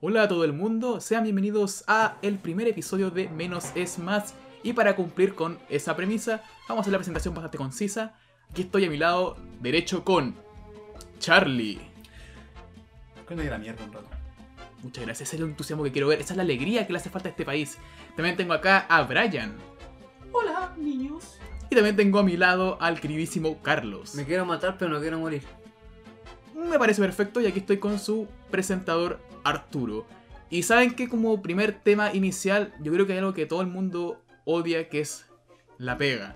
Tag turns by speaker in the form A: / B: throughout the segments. A: Hola a todo el mundo, sean bienvenidos a el primer episodio de Menos es Más y para cumplir con esa premisa vamos a hacer la presentación bastante concisa. Aquí estoy a mi lado derecho con Charlie.
B: Que no ir a mierda un rato.
A: Muchas gracias, ese es el entusiasmo que quiero ver, esa es la alegría que le hace falta a este país. También tengo acá a Brian
C: Hola, niños.
A: y también tengo a mi lado al queridísimo Carlos.
D: Me quiero matar, pero no quiero morir.
A: Me parece perfecto y aquí estoy con su presentador Arturo. Y saben que como primer tema inicial, yo creo que hay algo que todo el mundo odia, que es la pega.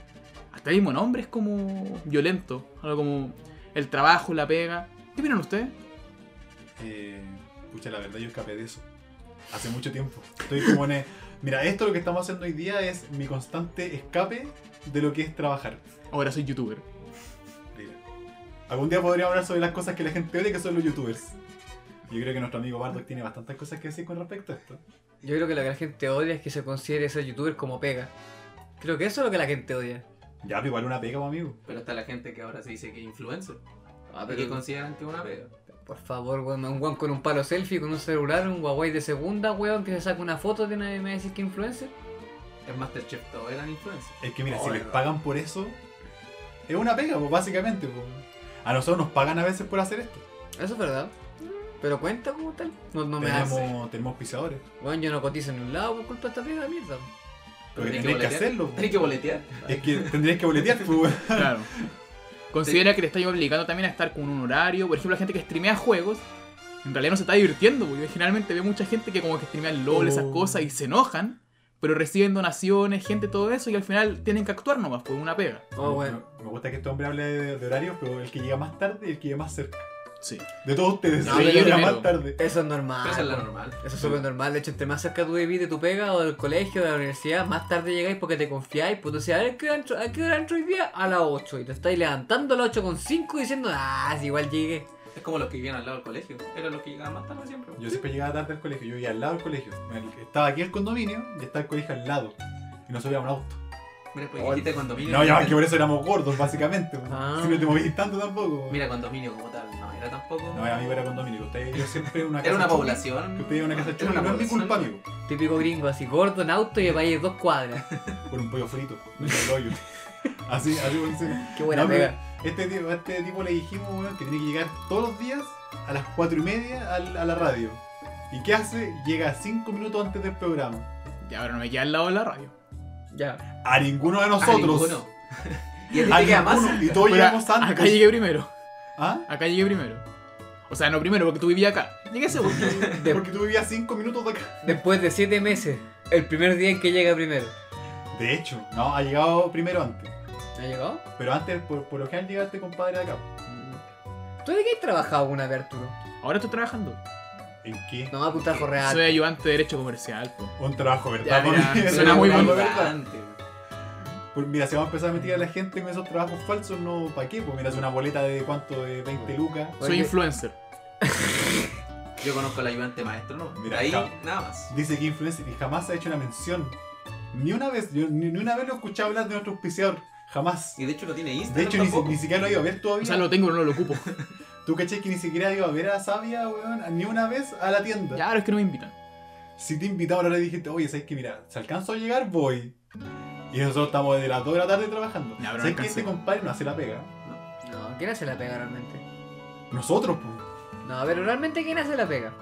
A: Hasta el mismo nombre es como violento, algo como el trabajo, la pega. ¿Qué opinan ustedes?
B: Eh, pucha, la verdad yo escapé de eso. Hace mucho tiempo. Estoy como en... eh, Mira, esto lo que estamos haciendo hoy día es mi constante escape de lo que es trabajar.
A: Ahora soy youtuber.
B: Mira. Algún día podría hablar sobre las cosas que la gente odia que son los youtubers. Yo creo que nuestro amigo Bardock tiene bastantes cosas que decir con respecto a esto.
D: Yo creo que lo que la gente odia es que se considere ser youtuber como pega. Creo que eso es lo que la gente odia.
B: Ya, pero igual una pega, pues, amigo.
C: Pero está la gente que ahora se dice que es influencer.
D: Ah,
C: Y que consideran que es una pega.
D: Por favor, weón, un weón con un palo selfie, con un celular, un Huawei de segunda, weón, que se saca una foto de una me va a decir que influencer.
C: En Masterchef todos eran influencers.
B: Es que mira, si
D: Ay,
B: les
D: no.
B: pagan por eso, es una pega, pues básicamente. pues. A nosotros nos pagan a veces por hacer esto.
D: Eso es verdad. Pero cuenta como tal. No, no me hace.
B: tenemos, tenemos pisadores.
D: Weón, yo no cotizo en un lado por culpa de esta pega de mierda.
B: Porque tendrías
C: tenés
B: que,
C: boletear.
B: hacerlo. pues.
C: Tenés que boletear.
B: Es que tendrías que boletear, pues, weón.
A: Claro. Considera que te está obligando también a estar con un horario. Por ejemplo, la gente que streamea juegos, en realidad no se está divirtiendo, porque yo generalmente veo mucha gente que como que streamea el LOL, esas
B: Oh.
A: cosas, y se enojan, pero reciben donaciones, gente, todo eso, y al final tienen que actuar nomás, por una pega.
D: Oh, weón.
B: Me- Me gusta que este hombre hable de, de horarios, pero el que llega más tarde y el que llega más cerca.
A: Sí.
B: De todos ustedes,
A: No,
B: el
A: pero
B: que
A: yo
B: llega
A: primero.
B: más tarde.
D: Eso es normal.
C: Pero eso es lo
D: weón.
C: normal.
D: Eso es súper normal, de hecho, entre más cerca tú vivís de tu pega o del colegio o de la universidad, más tarde llegáis porque te confiáis. Pues tú decís, a ver, ¿a qué hora entro, a qué hora entro hoy día? A las 8. Y te estáis levantando a las 8 con 5 diciendo, ah, si igual llegué.
C: Es como los que vivían al lado del colegio. Eran los que llegaban más tarde siempre.
B: Yo siempre llegaba tarde al colegio, yo iba al lado del colegio. Estaba aquí el condominio y estaba el colegio al lado. Y nos subíamos a un auto.
C: Mira, pues dijiste condominio.
B: No, ya más que por eso éramos gordos, básicamente.
D: Ah.
B: Siempre te movís tanto tampoco.
C: Mira, condominio como tal. No, era tampoco.
B: No, mi amigo era condominio. Usted vivió siempre en una casa
C: era una
B: chica.
C: población.
B: Usted vivió en una casa
C: Era
B: chula.
C: una
B: No es mi culpa,
C: población.
B: amigo.
D: Típico gringo, así gordo en auto y vais dos cuadras.
B: Por un pollo frito. Me salió el hoyo. Así, así por eso.
D: Qué buena
B: No, pero
D: pega.
B: Este tipo, a este tipo le dijimos weón, que tiene que llegar todos los días a las 4 y media al- a la radio. ¿Y qué hace? Llega 5 minutos antes del programa.
A: Ya ahora no me queda al lado de la radio.
D: Ya.
B: A ninguno de
C: A
B: nosotros.
C: ninguno. Y a ti
B: A
C: te queda más
B: ninguno,
C: cerca.
B: Y todos
A: Pero
B: llegamos
A: a-
B: antes.
A: acá llegué primero.
B: ¿Ah?
A: Acá llegué primero. O sea, no primero, porque tú vivías acá. Llegué segundo.
D: De-
B: Porque tú vivías 5 minutos de acá.
D: después de 7 meses, el primer día en que llega primero.
B: De hecho, no, ha llegado primero antes.
D: ¿Ha llegado?
B: Pero antes, por, por lo que han llegado este compadre de acá.
D: Mm. ¿Tú de qué has trabajado alguna vez, Arturo?
A: Ahora estoy trabajando.
B: ¿En qué?
D: No, a un trabajo real.
A: Soy ayudante de derecho comercial. po.
B: Un trabajo,
A: Ya,
B: ¿verdad?
A: mira,
B: Porque-
A: suena muy
B: Trabajo,
A: bueno.
B: ¿verdad?
C: importante.
B: Pues mira, si vamos a empezar a meter a la gente con esos trabajos falsos, no, ¿para qué? Pues mira, es una boleta de cuánto, de 20 lucas.
A: Soy
D: Oye.
A: influencer.
C: Yo conozco al ayudante maestro, ¿no?
B: Mira,
C: Ahí,
B: acá.
C: nada más.
B: Dice que influencer y jamás ha hecho una mención. Ni una vez, yo ni, ni una vez lo he escuchado hablar de nuestro auspiciador. Jamás.
C: Y de hecho no tiene Instagram.
B: De hecho, ni, si-
C: tampoco.
B: ni siquiera lo ha ido a ver todavía.
A: este O sea, lo tengo, pero no lo ocupo.
B: Tú caché que ni siquiera ha ido a ver a Sabia, weón, ni una vez a la tienda.
A: Ya, ahora es que no me invitan.
B: Si te invitaban, ahora le dijiste, oye, ¿sabes qué? Mira, si alcanzo a llegar, voy. Y nosotros estamos desde las 2 de la tarde trabajando.
A: Ya, pero no
B: ¿Sabes que
A: alcancé.
B: este compadre no hace la pega?
D: No, ¿quién hace la pega realmente?
B: Nosotros, pues.
D: No, pero realmente ¿quién hace la pega?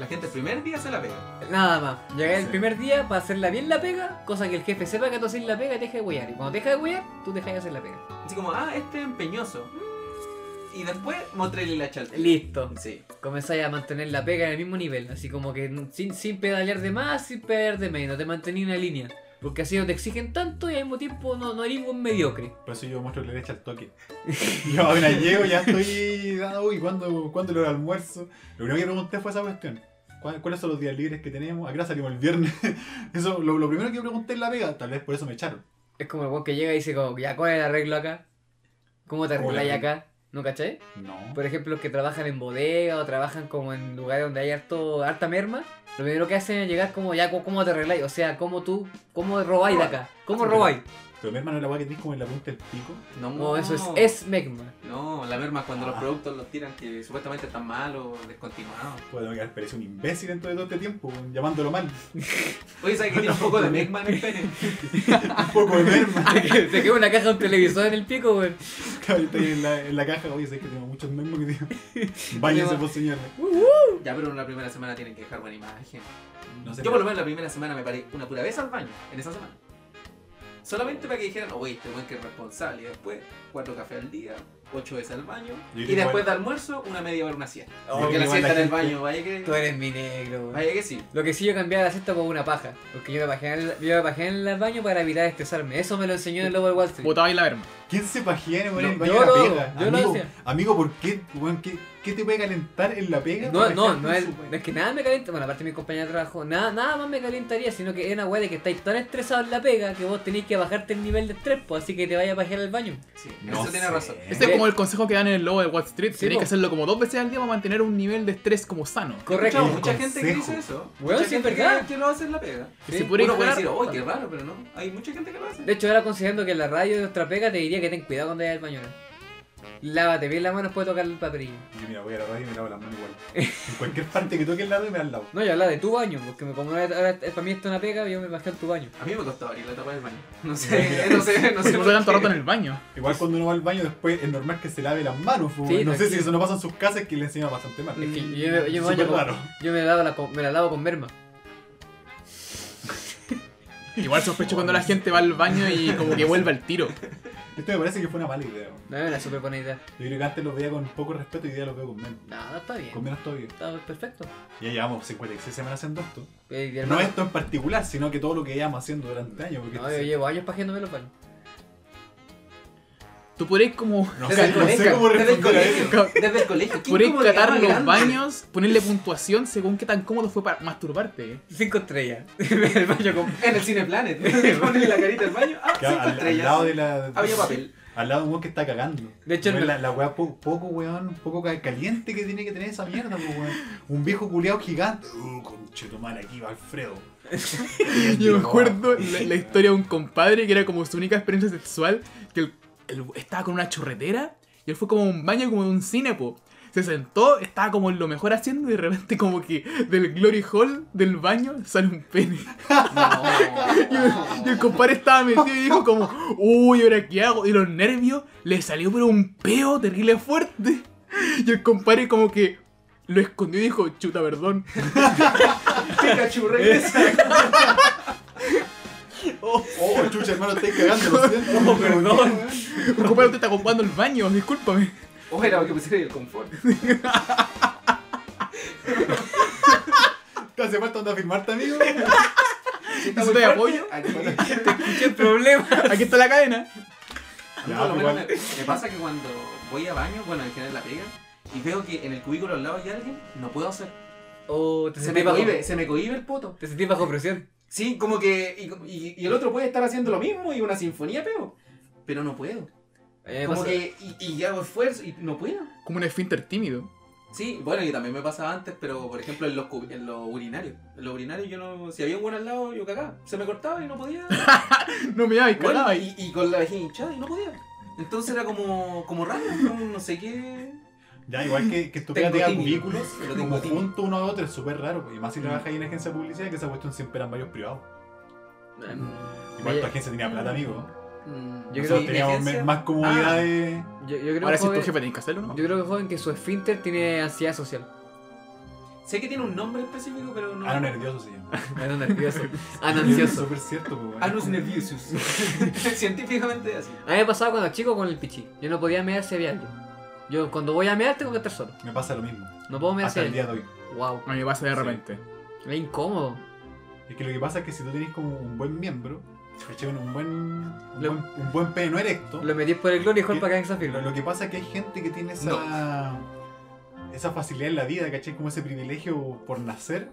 C: La gente el primer día se la pega.
D: Nada más. Llegué el
B: Sí.
D: primer día para hacerla bien la pega, cosa que el jefe sepa que tú haces la pega y te deja de huear. Y cuando te deja de huear, tú dejas de hacer la pega.
C: Así como, ah, este es empeñoso. Mm. Y después mostréle la charla.
D: Listo.
C: Sí.
D: Comenzáis a mantener la pega en el mismo nivel, así como que n- sin, sin pedalear de más, sin pedalear de menos, te mantení una línea. Porque así no te exigen tanto y al mismo tiempo no, no eres un mediocre.
B: Por eso yo muestro la derecha al toque. yo apenas llego, ya estoy dando, uy, ¿cuándo, ¿cuándo lo almuerzo? Lo primero que pregunté fue esa cuestión. ¿Cuál- ¿Cuáles son los días libres que tenemos? ¿A qué hora salimos el viernes? Eso, lo, lo primero que pregunté en la pega, tal vez por eso me echaron.
D: Es como el weón que llega y dice como, ya, ¿cuál es el arreglo acá? ¿Cómo te
B: Como la
D: arregláis
B: gente.
D: acá? ¿No cachai?
B: No.
D: Por ejemplo, los que trabajan en bodega o trabajan como en lugares donde hay harto, harta merma, Lo primero que hacen es llegar como ya, co- ¿cómo te arregláis? O sea, ¿cómo tú, cómo robáis de acá? ¿Cómo robáis?
B: Pero mi hermano, la weá que tenés como en la punta del pico.
C: No,
D: No, eso es,
C: Oh.
D: es Megma.
C: No, la merma es cuando los
B: Ah.
C: productos los tiran que supuestamente están malos, descontinuados.
B: Puedo que haber parecido un imbécil dentro de todo este tiempo, weón, llamándolo mal.
C: Oye, ¿sabes que tiene un poco de Megma en el pene?
B: Un poco de merma.
D: Se quedó una caja de un televisor en el pico, weón.
B: Cabrón, está ahí en la, en la caja, oye, sé que tengo muchos mermos que digo. Váyanse por señores.
C: Ya, pero en la primera semana tienen que dejar buena imagen.
B: No sé.
C: Yo por lo menos la primera semana me paré una pura vez al baño, en esa semana. Solamente para que dijeran, oye, este buen que es responsable. Y después, cuatro cafés al día, ocho veces al baño.
B: Yo
C: Y
B: creo
C: después
B: igual-
C: de almuerzo, una media hora, una siesta.
B: Oh,
C: Porque la
B: igual la
C: siesta en el
B: gente-
C: baño, vaya que...
D: Tú eres mi negro, weón.
C: Vaya que sí.
D: Lo que sí yo cambiaba la cesta por una paja. Porque yo me bajé en el, yo me bajé en el baño para evitar estresarme. Eso me lo enseñó el lobo de Wall Street.
A: Botaba y la verma.
B: ¿Quién se pajea en
D: No,
B: el baño de
D: yo
B: la
D: lo hago,
B: pega?
D: yo lo
B: amigo,
D: hacía.
B: amigo, ¿por qué, weón? ¿Qué, qué te puede calentar en la pega?
D: No,
B: para
D: no,
B: dejarte
D: no
B: en
D: es,
B: su
D: no
B: weón?
D: es que nada me calienta, bueno, aparte de mi compañera de trabajo, nada, nada más me calentaría, sino que es una weá de que estáis tan estresados en la pega que vos tenéis que bajarte el nivel de estrés, pues así que te vayas a bajar al baño.
C: sí
B: No
C: eso tiene
B: sé.
C: razón.
A: Este es como el consejo que dan en el logo de Wall Street.
D: Sí,
A: Tenéis
D: po.
A: que hacerlo como dos veces al día para mantener un nivel de estrés como sano.
D: Correcto.
C: Escuchamos
B: El
C: mucha gente que
B: consejo.
C: dice eso.
D: Weón,
C: mucha
D: sí, es
C: gente que-
D: verdad.
C: Que lo hace en la pega.
A: Que
D: Sí.
A: se puede
C: Uno puede
A: incorporar-
C: decir, oye, qué raro, pero no. Hay mucha gente que lo hace.
D: De hecho, ahora considerando que en la radio de nuestra pega te diría que ten cuidado cuando vayas al baño. Lávate bien las manos, puede tocar el papelillo.
B: Yo mira, voy a la radio y me lavo las manos igual. En cualquier parte que toque el lado me las lavo.
D: No, yo hablaba de tu baño, porque me- como ahora, ahora- para mí esto es una pega, yo me bajé en tu baño.
C: A mí me costó abrir la tapa del baño. No sé, no sé, no
A: Se
C: sé.
A: puede
C: por
A: tanto
C: qué.
A: rato en el baño.
B: Igual cuando uno va al baño después es normal que se lave las manos, po,
D: Sí,
B: weón. No sé si
D: tranquilo.
B: eso no pasa en sus casas que le enseñan bastante mal.
D: Es que yo, yo me
B: Mm, Súper
D: baño con-
B: raro.
D: yo me, lavo la, con- me la lavo con merma.
A: Igual sospecho cuando la gente va al baño y como que vuelve al tiro.
B: Esto me parece que fue una mala idea. weón.
D: No es una super buena idea.
B: Yo creo que antes lo veía con poco respeto y hoy día lo veo con menos.
D: No, no está bien.
B: Con menos todavía.
D: Está perfecto.
B: Ya llevamos 56 semanas haciendo esto.
D: Eh, y
B: No
D: hermano-
B: esto en particular, sino que todo lo que llevamos haciendo durante años. Porque
D: No, yo llevo años pajeándome los palos.
A: Tú podréis como...
B: no,
D: desde
B: sé,
D: el
B: no sé
D: colegio,
B: cómo
C: Desde el
B: responder a eso.
C: colegio. Desde el colegio. ¿Quién
A: Podréis
C: cómo le
A: tratar
C: llama
A: los
C: grande?
A: baños, ponerle puntuación según qué tan cómodo fue para masturbarte.
D: Cinco estrellas. el baño con...
C: En el Cineplanet. Ponen la carita del baño. Ah,
B: Claro,
C: cinco
B: al, al
C: estrellas.
B: lado de la.
C: Había papel.
B: Al lado de un weón que está cagando.
D: De hecho,
B: Weón,
D: el-
B: la, la weá po- poco weón, poco ca- caliente que tiene que tener esa mierda, po, weón. Un viejo culeado gigante. Uh, conchetumal, aquí va Alfredo.
A: Yo me acuerdo la, la historia de un compadre que era como su única experiencia sexual, que el- el- estaba con una chorretera y él fue como a un baño como de un cine, po. Se sentó, estaba como en lo mejor haciendo y de repente como que del glory hall del baño sale un pene. Y el compadre estaba metido y dijo como, uy, ¿ahora qué hago? Y los nervios le salió pero un peo terrible fuerte. Y el compadre como que lo escondió y dijo, chuta, perdón.
C: Pikachu regresa.
B: Oh, oh, chucha, hermano, estoy cagando, lo siento. No,
D: perdón.
A: El compadre te está ocupando el baño, discúlpame.
C: O era que pusiera el confort.
B: ¿Te hace falta onda firmarte, amigo?
C: Si está
A: ¿Necesitas
C: muy fuerte,
A: apoyo?
C: Aquí.
D: ¿Qué problema?
A: Aquí está la cadena.
C: A mí
B: Ya,
C: por lo menos
B: igual.
C: me, me pasa que cuando voy a baño, bueno, en general la pega, y veo que en el cubículo al lado hay alguien, no puedo hacer.
D: Oh, te
C: Se me
D: sentís bajo...
C: cohibe, se me cohibe el poto.
D: Te sentís bajo presión.
C: Sí, como que. Y, y- y el otro puede estar haciendo lo mismo y una sinfonía pego. Pero no puedo.
D: A mí Eh, me
C: Como
D: pasa-
C: que. Y, y hago esfuerzo y no puedo.
A: Como un esfínter tímido.
C: Sí, bueno, y también me pasaba antes, pero por ejemplo en los, cu- en los urinarios. En los urinarios yo no. Si había un buen al lado, yo cagaba. Se me cortaba y no podía.
A: No me daba
C: Bueno,
A: calaba y
C: y, y con la vagina hinchada y no podía. Entonces era como, como raro, no, no sé qué.
B: Ya, igual que, que tu pega
C: Tengo
B: tenga
C: tímido.
B: cubículos,
C: Lo tengo
B: como
C: tímido.
B: junto uno a otro, es súper raro. po, Y más si
D: Mm.
B: trabajas ahí en agencia de publicidad, que esa cuestión siempre eran varios privados. Igual
D: em, Oye.
B: tu agencia tenía plata, amigo.
C: Mm,
D: Yo
B: Nosotros
D: creo que Ah.
C: mi
B: teníamos
C: agencia-
B: más comodidades.
D: Yo, yo creo
A: Ahora
D: que
A: si tu
D: joven,
A: jefe tenés que hacerlo, ¿no?
D: yo creo que joven que su esfínter tiene ansiedad social.
C: Sé que tiene un nombre específico, pero no.
B: Ah, no, nervioso se llama.
D: Me da nervioso. Ah,
B: Es
D: ansioso.
B: súper cierto, po, weón.
C: Anus nerviosus. Científicamente así.
D: A mí me pasaba cuando chico con el pichí. Yo no podía mear si había alguien. Yo cuando voy a mear tengo que estar solo.
B: Me pasa lo mismo.
D: No puedo mear
B: Hasta
D: si hay
B: el día
D: alguien.
B: de hoy.
D: Wow.
A: A mí me pasa de
B: Sí.
A: repente.
D: Es incómodo.
B: Es que lo que pasa es que si tú tenés como un buen miembro, ¿cachai? un buen, un
D: Lo-
B: buen, un buen pene no erecto,
D: Lo metí por el glory hall
B: ¿Qué?
D: para que hagan esa
B: lo,
D: firma.
B: lo que pasa es que hay gente que tiene esa, esa facilidad en la vida, ¿cachai? Como ese privilegio por nacer,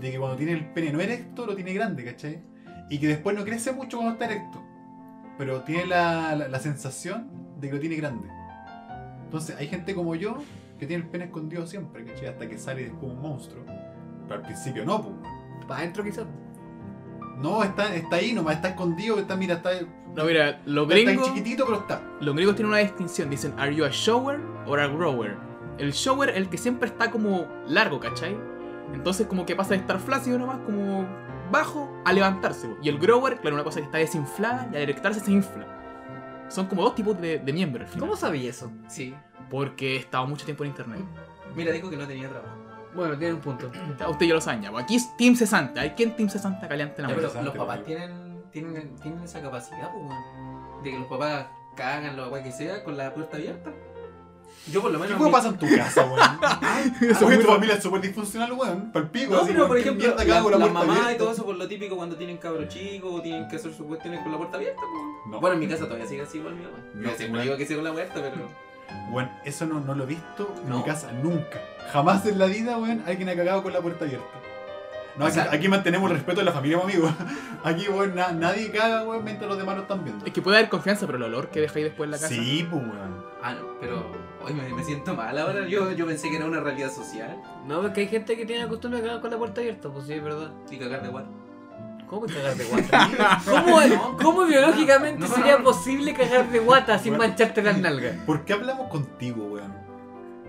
B: de que cuando tiene el pene no erecto, lo tiene grande, ¿cachai? Y que después no crece mucho cuando está erecto, pero tiene la, la- la sensación de que lo tiene grande. Entonces hay gente como yo que tiene el pene escondido siempre, ¿cachai? Hasta que sale después un monstruo. Pero al principio no, pues.
D: Para adentro quizás.
B: No, está, está ahí nomás, está escondido, está, mira, está, está
A: No, mira, los
B: ahí
A: gringos,
B: chiquitito, pero está.
A: los gringos tienen una distinción. Dicen, ¿Are you a shower or a grower? El shower, el que siempre está como largo, ¿cachai? Entonces, como que pasa de estar flácido nomás, como bajo, a levantarse. po. Y el grower, claro, una cosa que está desinflada y al erectarse se infla. Son como dos tipos de, de miembros al final.
D: ¿Cómo sabía eso?
C: Sí.
A: Porque he estado mucho tiempo en internet.
C: Mira, dijo que no tenía trabajo.
D: Bueno, tiene un punto.
A: Ya, Usted ya lo sabe, ya, po. Aquí es Team Cesanta. ¿Hay quien Team Cesanta caliente en la
C: Ya, pero
A: mesa?
B: interesante,
C: los papás
B: pero-
C: tienen, tienen, tienen esa capacidad, pues, weón, De que los papás cagan lo guay que sea con la puerta abierta. Yo por lo
B: ¿Qué
C: menos.
B: puede
C: mi-
B: pasar en tu casa, weón?
A: Eso
B: Oye,
A: es
B: tu
A: muy-
B: familia es súper disfuncional, weón. Palpico,
C: No,
B: así,
C: pero
B: weón,
C: por
B: ¿qué
C: ejemplo,
B: mierda
C: la,
B: que hago con
C: la
B: puerta
C: mamá y
B: abierta?
C: todo eso por lo típico cuando tienen cabros chicos, tienen que hacer sus cuestiones con la puerta abierta. pues.
B: No.
C: Bueno, en mi casa todavía sigue así igual, mi mamá.
B: No,
C: Yo siempre
B: bueno.
C: digo que sigue con la puerta, pero.
B: Weón, eso no, no lo he visto en
C: No.
B: mi casa nunca. Jamás en la vida, weón, alguien ha cagado con la puerta abierta. No,
C: O
B: aquí,
C: sea-
B: aquí mantenemos el respeto de la familia, amigo. Aquí, weón, na- nadie caga, weón, mientras los demás lo están viendo.
A: Es que puede haber confianza, pero el olor que dejáis después en la casa.
B: Sí, pues, weón.
C: Ah, no, pero hoy me, me siento mal ahora. Yo, yo pensé que era una realidad social
D: No, porque hay gente que tiene la costumbre de cagar con la puerta abierta, pues sí, es verdad.
C: y cagar de guata.
D: ¿Cómo cagar de guata? ¿Cómo, cómo biológicamente
C: No, no,
D: sería
C: no.
D: posible cagar de guata sin
B: Bueno.
D: mancharte las nalgas?
B: ¿Por qué hablamos contigo, weón?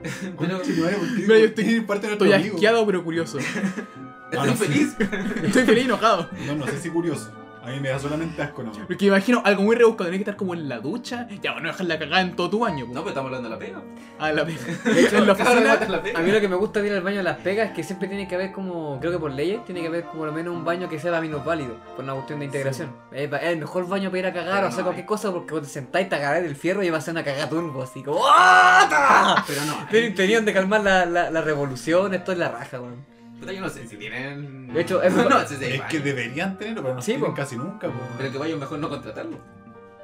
C: Pero
B: Conche tu madre, ¿por qué-
A: Mira, yo
B: por qué eres parte de nuestro
A: Estoy
B: amigo?
A: asqueado, pero curioso.
C: estoy
B: no,
C: feliz.
A: Estoy feliz y enojado.
B: No, no sé si curioso. A mí me da solamente asco, no.
A: Porque imagino algo muy rebuscado, tenés que estar como en la ducha, ya bueno, dejar la cagada en todo tu baño. po.
C: No, pero estamos hablando de la pega.
A: A la vez. en la
C: Cagar de
A: oficina.
C: guata en la pega.
D: A mí lo que me gusta de ir al baño de Las Pegas es que siempre tiene que haber como, creo que por leyes, tiene que haber como lo menos un baño que sea para menos válido, por una cuestión de integración. Es va- es el mejor baño para ir a cagar
C: Pero
D: o hacer
C: no
D: cualquier
C: hay.
D: cosa porque vos te sentás y te agarrás del fierro y vas a hacer una cagada turbo, así como ¡Ah!
C: Pero no.
D: Ten- Tenían de calmar la, la, la revolución, esto es la raja, weón.
C: Puta, yo no sé si tienen.
D: De hecho, es-
C: no, no, ese
B: Es
C: es
B: que
C: que
B: deberían tenerlo, pero no
D: Sí,
B: se tienen
D: po.
B: casi nunca, po.
C: Pero que vaya mejor no contratarlo.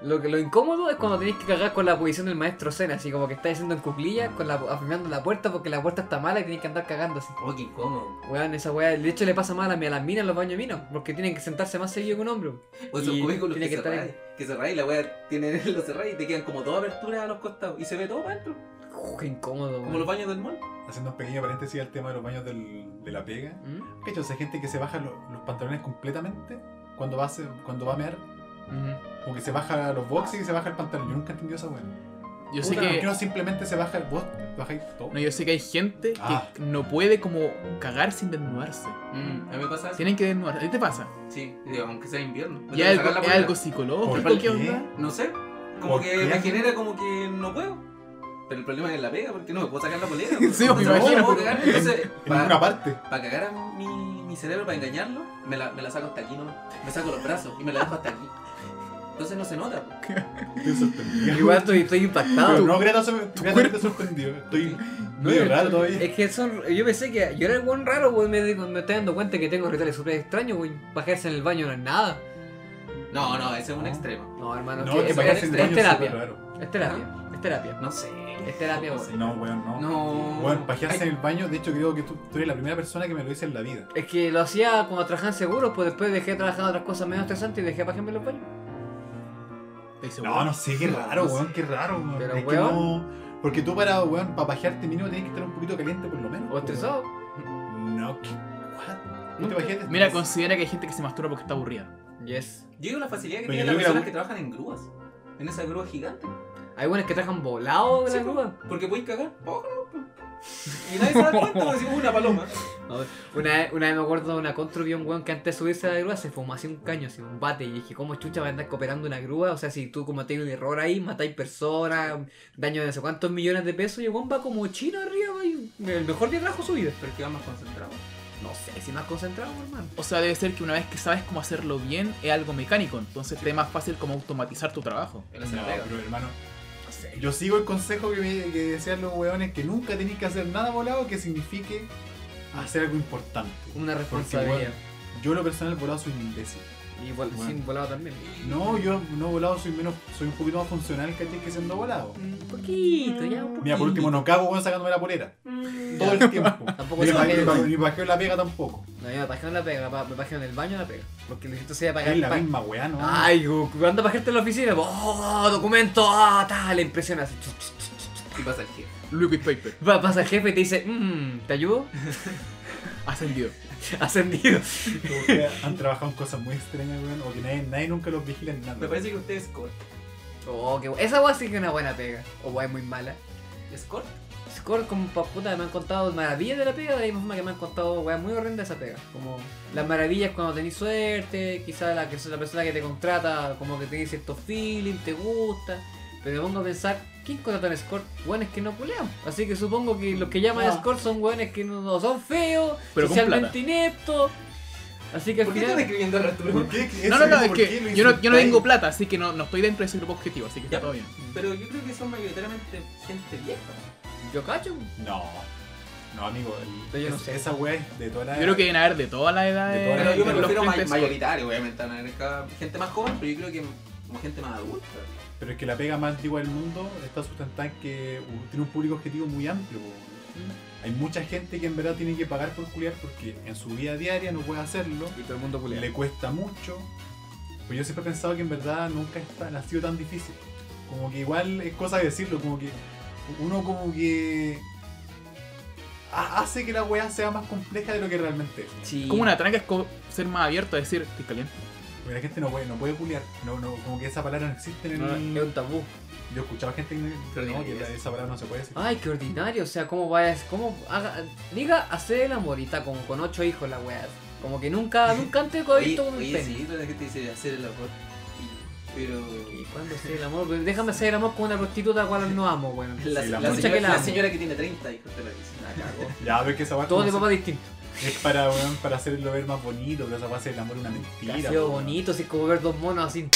D: Lo, que- lo incómodo es cuando tenés que cagar con la posición del maestro Zen, así como que estás haciendo en cuclillas, con la, afirmando la puerta porque la puerta está mala y tenés que andar cagando así.
C: Oh, qué incómodo.
D: Weón, esa weá, de hecho le pasa más a, la- a las minas en los baños minos, porque tienen que sentarse más seguido que un hombre.
C: O esos
D: Y
C: cubículos
D: tiene
C: que,
D: que estar
C: cerráis. Que cerráis, la wea tiene lo cerráis y te quedan como dos aberturas a los costados. Y se ve todo para adentro.
D: Uf, qué incómodo,
C: Como
D: weón.
C: los baños del mall.
B: Haciendo un pequeño paréntesis al tema de los baños del- de la pega.
D: ¿Mm?
B: ¿Cachai? O sea, hay gente que se baja lo- los pantalones completamente cuando va a, hacer- cuando va a mear.
D: Ujú.
B: Como que se baja los boxes y se baja el pantalón. Yo nunca he entendido esa weá.
A: Yo sé
B: Puta, ¿Por qué
A: que.
B: no simplemente se baja el box? Bajáis todo.
A: No, yo sé que hay gente
B: Ah.
A: que no puede como cagar sin desnudarse.
C: Mm, a mí me pasa eso.
A: Tienen que desnudarse. ¿Qué te pasa?
C: Sí, digo, aunque sea invierno.
A: ¿Y
C: Me tengo que
A: hay algo,
C: sacar la
A: hay
C: polera.
A: algo psicológico?
B: ¿Por
A: ¿Qué
B: qué?
A: onda?
C: No sé. Como
B: ¿Por
C: que
B: qué?
C: me genera como que no puedo. Pero el problema es la pega, porque no me puedo sacar la polera.
A: Sí,
C: porque
A: me
C: no
A: imagino.
C: puedo cagar. Entonces,
B: pues, En ninguna
C: para,
B: parte.
C: cagar a mi, mi cerebro, para engañarlo, me la, me la saco hasta aquí nomás. Me saco los brazos y me la dejo hasta aquí. Entonces no se nota. pues. po.
B: Estoy sorprendido.
D: Igual estoy, estoy
B: Pero
D: impactado.
B: no, Greta, se- Greta está sorprendido. Estoy medio
D: es-
B: raro todavía.
D: Es que son, yo pensé que yo era el buen raro, weón. Me, di- me estoy dando cuenta que tengo rituales súper extraños, weón. Bajarse en el baño no es nada.
C: No, no, ese es un extremo.
D: No, hermano,
B: No,
D: que-
B: te
D: es,
B: sacas
D: es-
B: en
D: es
B: baño es
D: terapia.
B: súper raro.
D: Es terapia, es terapia.
C: No sé.
D: Es terapia,
C: no
D: weón.
C: sé.
B: No, weón, no.
C: No.
B: Weón, pajearse en el baño, de hecho creo que tú, tú eres la primera persona que me lo dice en la vida.
D: Es que lo hacía cuando trabajaba en seguros, pues después dejé de trabajar en otras cosas menos estresantes y dejé para ejemplo los baños.
A: Estoy seguro.
B: No, no sé, qué raro,
C: No sé.
B: weón, qué raro, weón.
D: Pero,
B: es
D: weón.
B: que no. Porque tú para, weón, para pajearte mínimo tenés que estar un poquito caliente por lo menos.
D: O
B: weón.
D: estresado.
B: No, qué. what? ¿No te
D: Nunca.
B: pajeaste?
A: Mira, considera que hay gente que se masturba porque está aburrida.
D: Yes.
C: Yo digo la facilidad que
B: Pero yo
C: tienen las
B: creo que
C: personas
B: la-
C: que trabajan en grúas. En esa grúa gigante.
D: Hay buenas que trabajan volado de
C: Sí,
D: la
C: po,
D: grúa.
C: Porque podéis cagar. Oh, no, po. Y nadie se da cuenta, porque es una paloma.
D: Una vez, una vez me acuerdo de una constru vi un weón que antes de subirse a la grúa se fumó así un caño, así un bate. Y dije, ¿cómo chucha va a andar cooperando una grúa? O sea, si tú cometés un error ahí, matáis personas, daño de no sé cuántos millones de pesos, y el weón va como chino arriba, y el mejor día de trabajo subido.
C: Pero que va más concentrado.
D: No sé, si más concentrado, hermano.
A: O sea, debe ser que una vez que sabes cómo hacerlo bien, es algo mecánico. Entonces te es más fácil como automatizar tu trabajo.
C: Él
B: No,
C: hace la pega.
B: pero hermano,
D: No sé.
B: yo sigo el consejo que, me, que decían los weones que nunca tenéis que hacer nada volado que signifique hacer algo importante.
D: Una responsabilidad.
B: Yo en lo personal volado soy un imbécil.
D: Y vol-
B: Bueno.
D: sin volado también.
B: No, yo no volado soy menos, soy un poquito más funcional, ¿cachai? Que siendo volado.
D: Un poquito, ya un poquito.
B: Mira, por último, no cago, weón, sacándome la polera.
A: Mm.
B: Todo el tiempo.
D: Tampoco
B: Ni
D: soy
B: bajé- ni
D: medio-
B: bajé- ni bajé la pega tampoco.
D: No, yo me pajeo en la pega, pa- me pajeo en el baño en la pega. Porque necesito sea pagar
B: Es la
D: pa-
B: misma weá, ¿no?
D: Ay, Goku, anda a pajarte en la oficina. ¡Oh, documento! ¡Ah, tal! Le impresiona así. Chuch, chuch, chuch.
C: Y pasa el jefe.
A: Liquid paper.
D: "Mm, Va, pasa el jefe y te dice, mmm, ¿te ayudo?
A: Ascendido.
D: Ascendido.
B: Como que han trabajado en cosas muy extrañas, weón, o que nadie, nadie nunca los vigila en nada.
C: Me parece que usted es Scott.
D: Oh, qué bu- Esa weá sí que es una buena pega. O weá muy mala.
C: ¿Scott?
D: Score como pa' puta, me han contado maravillas de la pega, de la misma forma que me han contado weá muy horrenda esa pega. Como las maravillas cuando tenés suerte, quizás la, que- la persona que te contrata como que tenés cierto feeling, te gusta. Pero me pongo a pensar, ¿quién contrata a Score? Weones que no pulean. Así que supongo que los que llaman a
B: No.
D: Score son weones que no, no son feos,
A: Ah. Pero con
D: socialmente ineptos. Así que al
C: ¿Por qué
D: final.
C: estás escribiendo a Arturo?
B: ¿Por qué? Eso
A: No, no, no,
B: mismo,
A: es
B: ¿por qué lo
A: que yo no, yo no
B: insultáis?
A: tengo plata, así que no, no estoy dentro de ese grupo objetivo, así que está
C: Ya.
A: todo bien.
C: Pero yo creo que son mayoritariamente gente vieja.
D: Yo cacho.
B: No, no, amigo. el-
D: Pero yo no
B: es-
D: sé.
B: Esa weá es de toda la.
A: Yo creo que deben haber de todas las edades.
B: De todas
C: Pero yo me
A: en los
C: refiero a ma-
A: frentes.
C: mayoritario, obviamente. no era cada- Gente más joven, pero yo creo que como gente más adulta.
B: Pero es que la pega más antigua del mundo está sustentada en que u- tiene un público objetivo muy amplio. po.
A: Mm.
B: Hay mucha gente que en verdad tiene que pagar por culiar porque en su vida diaria no puede hacerlo,
D: Y todo el mundo
B: le cuesta mucho. Pues yo siempre he pensado que en verdad nunca es tan- ha sido tan difícil. Como que igual es cosa de decirlo, como que uno como que ha- hace que la weá sea más compleja de lo que realmente es.
D: Sí.
A: Como una tranca es co- ser más abierto, a decir, estoy caliente.
B: Porque la gente no puede, no puede culiar. No, no, como que esa palabra no existe en el.
D: No, Ah, es un tabú.
B: Yo escuchaba gente que
C: Pero
B: no,
C: ni
B: que
C: idea.
B: esa palabra no se puede decir.
D: Ay, qué ordinario, o sea, cómo vayas, cómo haga, diga hacer el amorita como con ocho hijos la weá. Como que nunca, nunca antes he
C: Oye,
D: visto un
C: oye
D: pene.
C: sí, toda la gente dice hacer el amor. y- Pero...
D: ¿Y cuándo hacer el amor? Pues Déjame hacer el amor con una prostituta a la cual no amo, bueno.
C: La,
B: Sí,
C: la,
B: la
D: mucha
C: señora,
D: que la
C: la
D: amo.
C: señora que tiene 30 hijos te la dice. La cago.
B: Ya, a ver que esa weá
D: Todo de
B: como
D: papá distinto.
B: se- es para, weón, para hacerlo ver más bonito, pero esa weá hacer el amor una mentira.
D: Ha sido
B: weón.
D: bonito, así como ver dos monos así.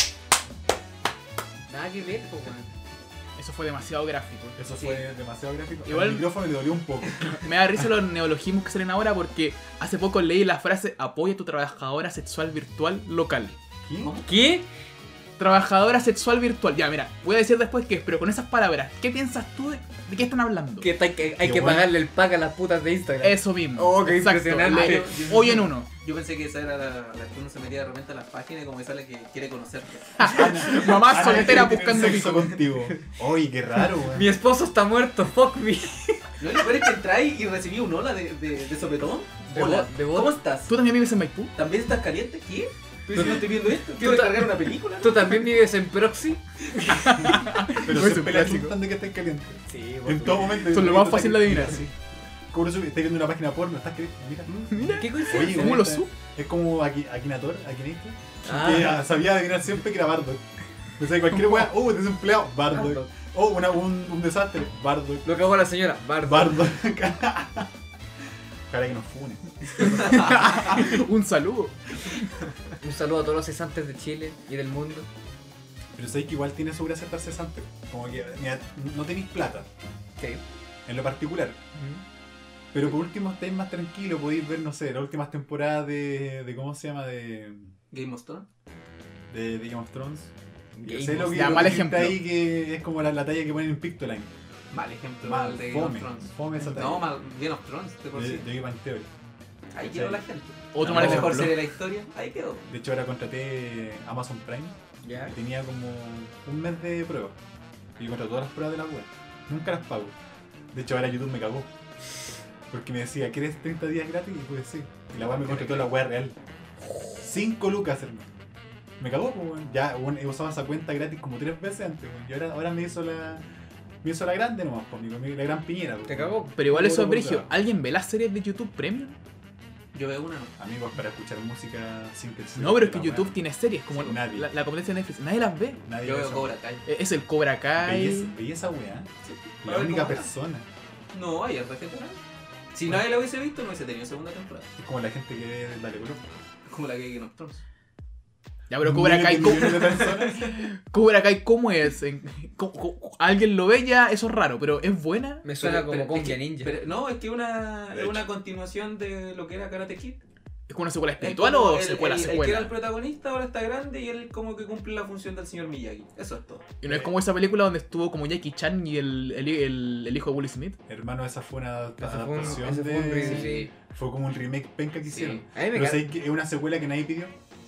D: Nada que ver, po, weón.
A: Eso fue demasiado gráfico.
B: Eso
C: Sí.
B: fue demasiado gráfico.
A: Igual-
B: El micrófono me dolió un poco.
A: Me da risa los neologismos que salen ahora porque hace poco leí la frase apoya a tu trabajadora sexual virtual local.
B: ¿Qué?
D: ¿Qué?
A: Trabajadora sexual virtual. Ya, mira, voy a decir después qué es, pero con esas palabras, ¿qué piensas tú de, de qué están hablando?
D: Que hay que, hay
B: Qué
D: que
B: bueno.
D: pagarle el pack a las putas de Instagram.
A: Eso mismo.
D: Oh, qué
A: Exacto.
D: impresionante.
A: Le- Hoy en uno.
C: Yo pensé que esa era la, la que uno se metía de repente a las páginas y como que sale que quiere conocerte.
A: Mamá
B: Ana,
A: Ah, soltera
B: quiero tener
A: buscando
B: Ah, sexo
A: pico.
B: contigo. Oye, qué raro, weón.
D: Mi esposo está muerto, fuck me.
C: No, lo peor es que entráis y recibí un hola de, de, de sopetón.
D: De
C: hola,
D: bo- de bo-
C: ¿cómo estás?
A: ¿Tú también vives en Maipú?
C: ¿También estás caliente? ¿Qué? Tú dices,
D: Tú-
C: no estoy viendo esto.
D: tú
C: Quiero
D: ta-
C: cargar una película.
D: ¿Tú también vives en proxy?
B: Pero
A: No, es un
B: siempre le
A: clásico.
B: asustan de que estés caliente.
D: Sí,
B: En todo momento.
A: Eso es lo más fácil de adivinar.
B: Como estás viendo una página porno, estás caliente. Mira.
A: Mira,
D: ¿Qué
B: Oye,
D: coincidencia?
A: ¿cómo
B: weón,
A: lo
B: está-
A: supo?
B: Es como Aki- Akinator, Akinator. que
D: Ah,
B: ah, sabía adivinar siempre que era Bardock. O sea, cualquier weá, oh, desempleado, Bardock. Oh, una, un, un desastre, Bardock.
D: lo cagó la señora. Bardo.
B: Bardock. Cara que nos fune.
A: Ah, Un saludo.
D: Un saludo a todos los cesantes de Chile y del mundo.
B: Pero sabéis que igual tiene su gracia estar cesante. Como que, mira, no tenéis plata,
D: Sí.
B: en lo particular. Pero por último estáis más tranquilo, podéis ver, no sé, las últimas temporadas de, de ¿cómo se llama? De,
C: Game of Thrones.
B: de, de Game of Thrones.
D: Game
B: sé
D: of-
B: lo que,
A: Ya,
B: lo
A: mal
B: que
A: ejemplo.
B: está ahí que es como la, la talla que ponen en Pictoline.
C: Mal ejemplo
B: Mal,
C: de Game
B: fome.
C: of Thrones.
B: Fome esa talla.
C: No, mal, Game of Thrones, de por
B: de,
C: sí.
B: de Big Bang Theory.
C: Ahí
B: Sí.
C: quedó la gente.
A: Otro
B: No,
A: mal
C: la mejor
A: ejemplo.
C: serie de la historia, ahí quedó.
B: De hecho, ahora contraté Amazon Prime.
D: Ya.
B: que Tenía como un mes de prueba. Y yo contraté todas las pruebas de la web. Nunca las pago. De hecho, ahora YouTube me cagó. Porque me decía, ¿quieres 30 días gratis? Y pues sí. Y la web me contrató la web real. 5 lucas, hermano. Me cagó, pues, weón. Ya weón, he usado esa cuenta gratis como tres veces antes, weón. Y ahora, ahora me hizo la. Me hizo la grande nomás, conmigo, la gran piñera. pues,
D: Te
B: weón.
D: cagó.
A: Pero igual eso es
B: Puta,
A: brigio.
B: puta.
A: ¿Alguien ve las series de YouTube Premium?
C: Yo veo una.
B: Amigos, para escuchar música sin que se-
A: No, pero es que
B: la
A: YouTube
B: weá.
A: tiene series como
B: Sí, nadie.
A: la, la competencia de Netflix. Nadie las ve.
B: Nadie
C: Yo
B: ve
C: veo
B: esa
C: Cobra Kai.
A: Eh, Es el Cobra
B: Belleza,
A: Kai.
B: belleza weá.
C: Sí.
B: La
C: Para ver
B: única
C: cómo era.
B: persona.
C: No, hay otra temporada. Si nadie la hubiese visto, no hubiese tenido segunda temporada.
B: Es como la gente que ve la película.
C: Como la que hay Game of Thrones.
A: Ya, Ah, pero Cobra Kai, ¿cómo,
B: Millones de personas.
A: Cobra Kai, ¿cómo es? En- ¿cómo- cómo- ¿Alguien lo ve ya? Eso es raro, pero ¿es buena?
D: Me suena
C: Pero-
D: como
C: pero-
D: Conky
C: es que-
D: Ninja.
C: pero- no, es que una,
B: De
C: es una
B: hecho.
C: continuación de lo que era Karate Kid.
A: ¿Es como una secuela
C: Es
A: espiritual
C: como
A: o
C: el-
A: secuela,
C: el, el que
A: secuela?
C: era el protagonista ahora está grande y él como que cumple la función del señor Miyagi. Eso es todo.
A: Y no es como esa película donde estuvo como Jackie Chan y el, el, el- el hijo de Will Smith.
B: Hermano, esa fue una
D: Ese fue un-
B: adaptación
D: ese fue un
B: de.
D: remake.
B: Fue como un remake penca que hicieron.
D: A mí me
B: Pero
D: encanta.
B: sé que es una secuela que nadie pidió.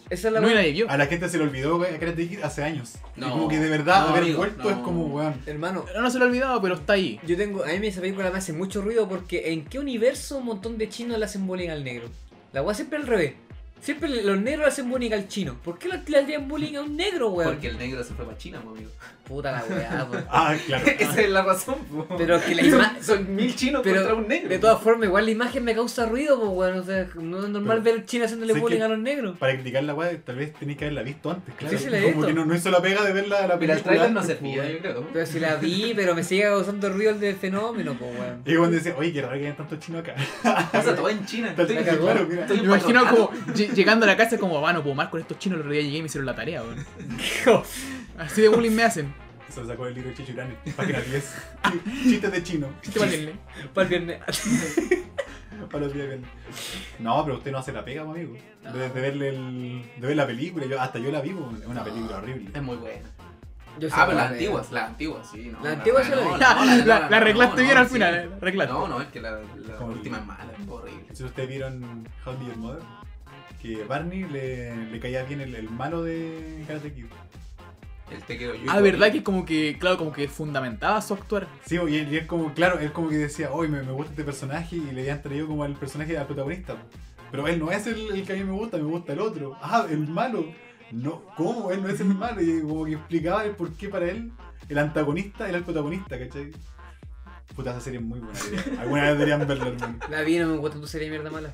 D: Esa es la
A: No
D: weá.
A: era yo.
B: A la gente se le olvidó, güey, a Karate Kid hace años. Y
C: No,
B: como que de verdad
C: no,
B: haber
C: amigo,
B: vuelto es
C: no.
B: como, weón.
D: Hermano,
A: No, no se lo he olvidado, pero está ahí.
D: yo tengo. A mí esa película me hace mucho ruido porque ¿en qué universo un montón de chinos le hacen bullying al negro? La weá siempre al revés. Siempre los negros le hacen bullying al chino. ¿Por qué le le hacían bullying a un negro, weón?
C: Porque el negro se fue para China, pues, amigo.
D: Puta la weá, weón.
B: Ah, claro.
C: Esa es la razón, po.
D: Pero que la
C: Son-
D: ima-
C: Son mil chinos
D: pero
C: contra un negro.
D: De todas formas, igual la imagen me causa ruido, pues, weón. O sea, no es normal ver China haciéndole
B: sé
D: bullying
B: que-
D: a los negros.
B: Ah, Para criticar la weá, tal vez tenéis que haberla visto antes, claro.
D: Sí, sí la he
B: Como
D: visto.
B: que no, no hizo la pega de verla la
C: Mira,
B: película.
C: el trailer no
B: antes,
C: se
B: pues,
C: pilla,
B: weón.
D: eh.
C: yo creo.
D: Pero si la vi, pero me sigue causando ruido el del fenómeno, pues, weón.
B: Y cuando decía, oye, qué raro que hayan tantos chinos acá.
C: Pasa todo en China.
B: Tal vez,
D: cagó.
B: claro, mira.
C: Estoy
A: Me imagino
C: empatonado.
A: como lle- llegando a la casa como, "Ah, no puedo más con estos chinos, el otro día llegué y me hicieron la tarea, weón. Así de bullying me hacen.
B: Se lo sacó el libro de Chichurane, página 10. Chistes de chino.
A: Sí, te valen, ¿eh?
D: Para el viernes.
B: Para los días bien. No, pero usted no hace la pega, pues, amigo. De, de verle el- de ver la película, yo, hasta yo la vi, pues, es una película horrible.
C: Es muy buena.
D: Yo sé, pues,
C: Ah, pero las
D: weón.
C: antiguas, las antiguas, sí. No,
D: Las antiguas
C: no,
D: yo las
C: no,
D: vi.
C: no, no,
A: La-
C: no,
A: la arreglaste
C: no,
A: bien
C: no,
A: al
C: sí.
A: final, eh, la arreglaste.
C: No, no, es que la, la
B: Como-
C: última es mala, es horrible.
B: Si ustedes vieron How Did Your Mother, que Barney le, le caía bien el, el malo de Karate Kid.
C: El te quiero yo.
A: Ah, verdad que como que, claro, como que fundamentaba su actuar.
B: Sí, y él, y él como, claro, él como que decía, hoy me, me gusta este personaje y le habían traído como al personaje al protagonista. Pero él no es el, el que a mí me gusta, me gusta el otro. Ah, el malo. No, ¿cómo? Él no es el malo. Y como que explicaba el por qué para él el antagonista era el protagonista, ¿cachai? Puta, esa serie es muy buena. debería- Alguna vez deberían verla, hermano.
D: La vi, no me gusta tu serie de mierda mala.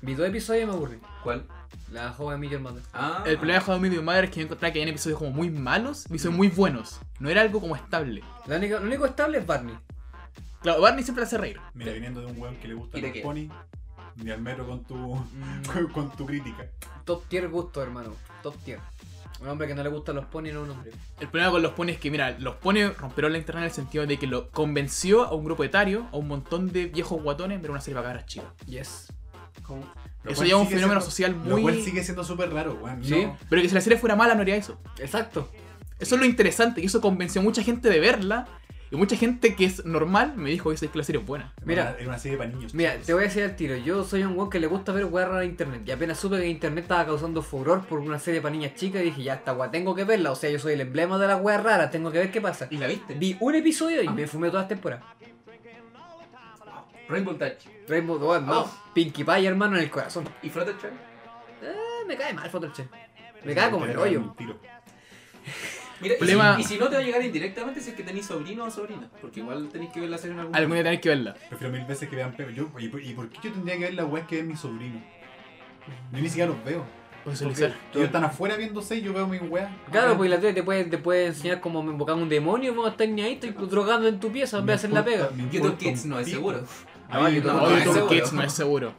D: Vi dos episodios y me aburrí.
C: ¿Cuál?
D: La joven Miller Mother.
C: Ah,
A: El problema de How I Met Your Mother es que yo encontraba que había episodios como muy malos y episodios muy buenos. No era algo como estable.
D: La única, lo único estable es Barney.
A: Claro, Barney siempre hace reír.
B: Mira, viniendo de un weón que le gusta
C: ¿Y de
B: los
C: qué?
B: pony, ni al metro con tu,
D: Mm,
B: con tu crítica.
D: top tier gusto, hermano. Top tier. Un hombre que no le gustan los ponis no es un hombre.
A: El problema con los ponis es que, mira, los ponis rompieron la internet en el sentido de que lo convenció a un grupo etario, a un montón de viejos guatones, ver una serie para cabras chicas.
D: Yes.
C: ¿Cómo?
B: Lo
A: Eso
B: cual
A: ya es un
B: sigue
A: fenómeno
B: siendo-
A: social
B: Lo cual
A: muy...
B: sigue siendo súper raro, weón.
D: Sí.
B: No.
A: Pero que si la serie fuera mala no haría eso.
D: Exacto.
A: Eso es lo interesante, que eso convenció a mucha gente de verla. Y mucha gente que es normal me dijo "Oye, es que la serie es buena.
D: Mira.
B: Era una- Era una serie para niños.
D: Mira, te voy a decir al tiro. Yo soy un weón que le gusta ver weá rara en internet. Y apenas supe que internet estaba causando furor por una serie para niñas chicas. Y dije, ya esta weá, tengo que verla. O sea, yo soy el emblema de la weá rara. Tengo que ver qué pasa.
C: ¿Y la viste?
D: Vi un episodio y
C: Ah.
D: me fumé todas las temporadas.
C: Rainbow Touch.
D: Rainbow Dawn, no.
C: Oh.
D: Pinkie Pie, hermano, en el corazón.
C: ¿Y Fluttershy?
D: Eh, me cae mal Photoshop. Me cae como el hoyo.
B: Un tiro.
C: Mira, y
A: Problema-
C: si- y, si, no te va a llegar indirectamente si es que tenés sobrino o sobrina. Porque igual tenés que ver la serie
B: Mm.
C: en algún
A: Algún día
C: momento.
A: tenés que verla.
B: Prefiero mil veces que vean Pepe. Yo, ¿y, por, y por qué yo tendría que ver la web que ven mis sobrinos? Yo ni siquiera los veo.
A: Pues
B: Porque ellos están afuera viendo seis, yo veo mis weas.
D: Claro, pues la tele te puede, te puede enseñar cómo me invocar un demonio, vos estás ni ahí, estoy drogando en tu pieza, en vez de hacer la pega.
C: YouTube Kids no es seguro.
B: A mí,
D: No,
A: No,
D: no,
A: yo
D: es
A: tengo
D: seguro.
A: kids, no es seguro.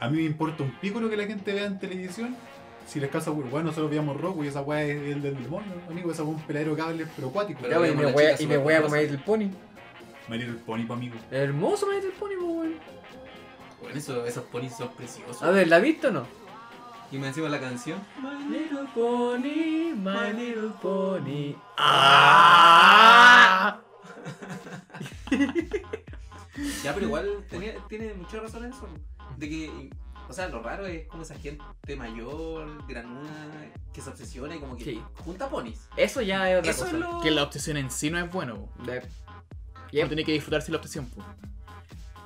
B: a mí me importa un pico lo que la gente vea en televisión. Si les causa weón, nosotros veíamos rock y esa wea es el del demonio, amigo. Esa wea es un peladero de cables, pero acuático.
C: Pero-
D: Ya, pues, y me
C: una
D: voy a-
C: chica
D: y me voy a
C: superpoderosa.
D: comer el pony.
B: My Little Pony, pa' amigo.
D: Hermoso me el pony, po, weón.
C: Bueno, eso, esos ponis son preciosos.
D: A ver, ¿la viste o no?
C: Y me encima la canción. My
D: Little pony, my little pony.
B: Ah.
C: Ya, pero igual tenía, tiene mucha razón en eso. De que, o sea, lo raro es como esa gente mayor, granuda, que se obsesiona y como que
D: Sí.
C: junta ponis.
D: Eso ya es otra
C: Eso
D: cosa.
C: es lo.
A: Que la obsesión en sí no es bueno. po.
D: De-
A: Uno tiene que disfrutarse la obsesión. po.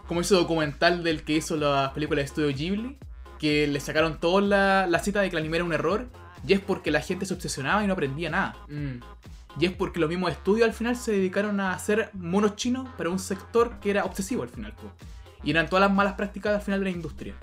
A: Como ese documental del que hizo las películas de estudio Ghibli, que le sacaron toda la, la cita de que el anime era un error, y es porque la gente se obsesionaba y no aprendía nada.
D: Mm.
A: Y es porque los mismos estudios al final se dedicaron a hacer monos chinos para un sector que era obsesivo al final. po. Y eran todas las malas prácticas al final de la industria.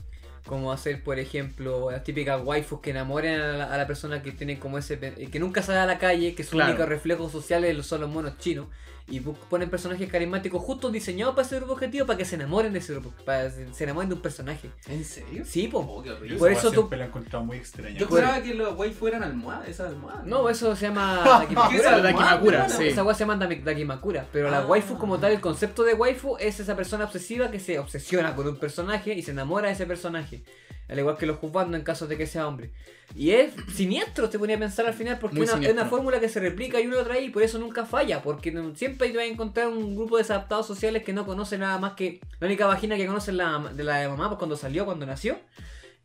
D: Como hacer, por ejemplo, las típicas waifus que enamoran a la, a la persona que tiene como ese. pe- que nunca sale a la calle, que su
A: Claro.
D: único reflejo social es- son los monos chinos. Y bu- ponen personajes carismáticos justo diseñados para ese grupo objetivo, para que se enamoren de ese grupo. Para que se enamoren de un personaje.
C: ¿En serio?
D: Sí, po.
C: Oh, qué
B: Yo
C: horrible.
D: Por
B: esa
D: eso
B: wea
D: tú-
B: siempre la he encontrado muy extraña.
C: Yo
D: Bueno.
C: juraba que los güey fueran almohadas, esas almohadas.
D: No, eso se llama. Dakimakura.
A: La Dakimakura,
D: Esa-
A: sí.
D: Esa weá se llama Dami- Dakimakura. Pero la
C: Ah.
D: waifu, como tal, el concepto de waifu es esa persona obsesiva que se obsesiona con un personaje y se enamora de ese personaje. Al igual que los juzgando en caso de que sea hombre. Y es siniestro, te ponía a pensar al final, porque
A: Muy
D: una- es
A: siniestro.
D: una fórmula que se replica y uno lo trae y por eso nunca falla. Porque no- siempre te vas a encontrar un grupo de desadaptados sociales que no conocen nada más que. La única vagina que conocen la, de la de mamá pues, cuando salió, cuando nació.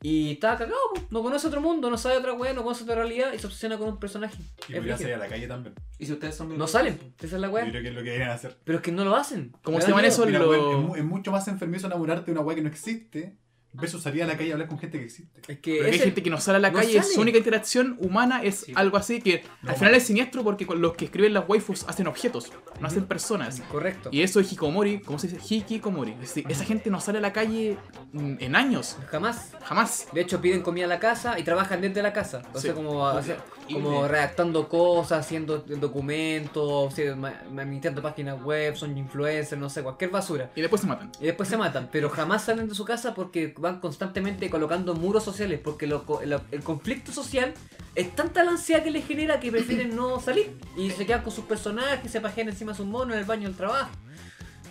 D: Y está cagado, po. no conoce otro mundo, no sabe otra weá, no conoce otra realidad y se obsesiona con un personaje.
B: Y
A: pues
D: Es
B: podría
D: brígido.
B: salir a la calle también.
C: Y si ustedes son
D: No salen, esa es la
B: Yo
D: weá.
B: creo que es lo que deberían hacer.
D: Pero es que no lo hacen.
A: ¿Cómo
D: Me
A: se
D: da
A: llaman
D: miedo.
A: este eso?
B: Mira,
A: Lo-
B: weón, es, mu- es mucho más enfermizo enamorarte de una weá que no existe versus salir a la calle a hablar con gente que existe.
D: Es que
A: Pero que hay
D: ese-
A: gente que no sale a la
D: no
A: calle,
D: sale.
A: su única interacción humana es
C: Sí.
A: algo así que
B: No,
A: al final
B: man.
A: es siniestro porque con los que escriben las waifus hacen objetos, no hacen personas.
D: Correcto.
A: Y eso es Hikomori, ¿cómo se dice? Hikikomori. Es decir, esa gente no sale a la calle mm, en años,
D: Jamás.
A: jamás.
D: De hecho, piden comida a la casa y trabajan desde la casa. O
A: Sí.
D: sea, como, Ah, o sea, como redactando cosas, haciendo documentos, o sea, ma- administrando páginas web, son influencers, no sé, cualquier basura.
A: Y después se matan.
D: Y después se matan, pero jamás salen de su casa porque van constantemente colocando muros sociales, porque lo co- lo- el conflicto social es tanta la ansiedad que les genera que prefieren no salir. Y se quedan con sus personajes, se pajean encima de sus monos en el baño del trabajo.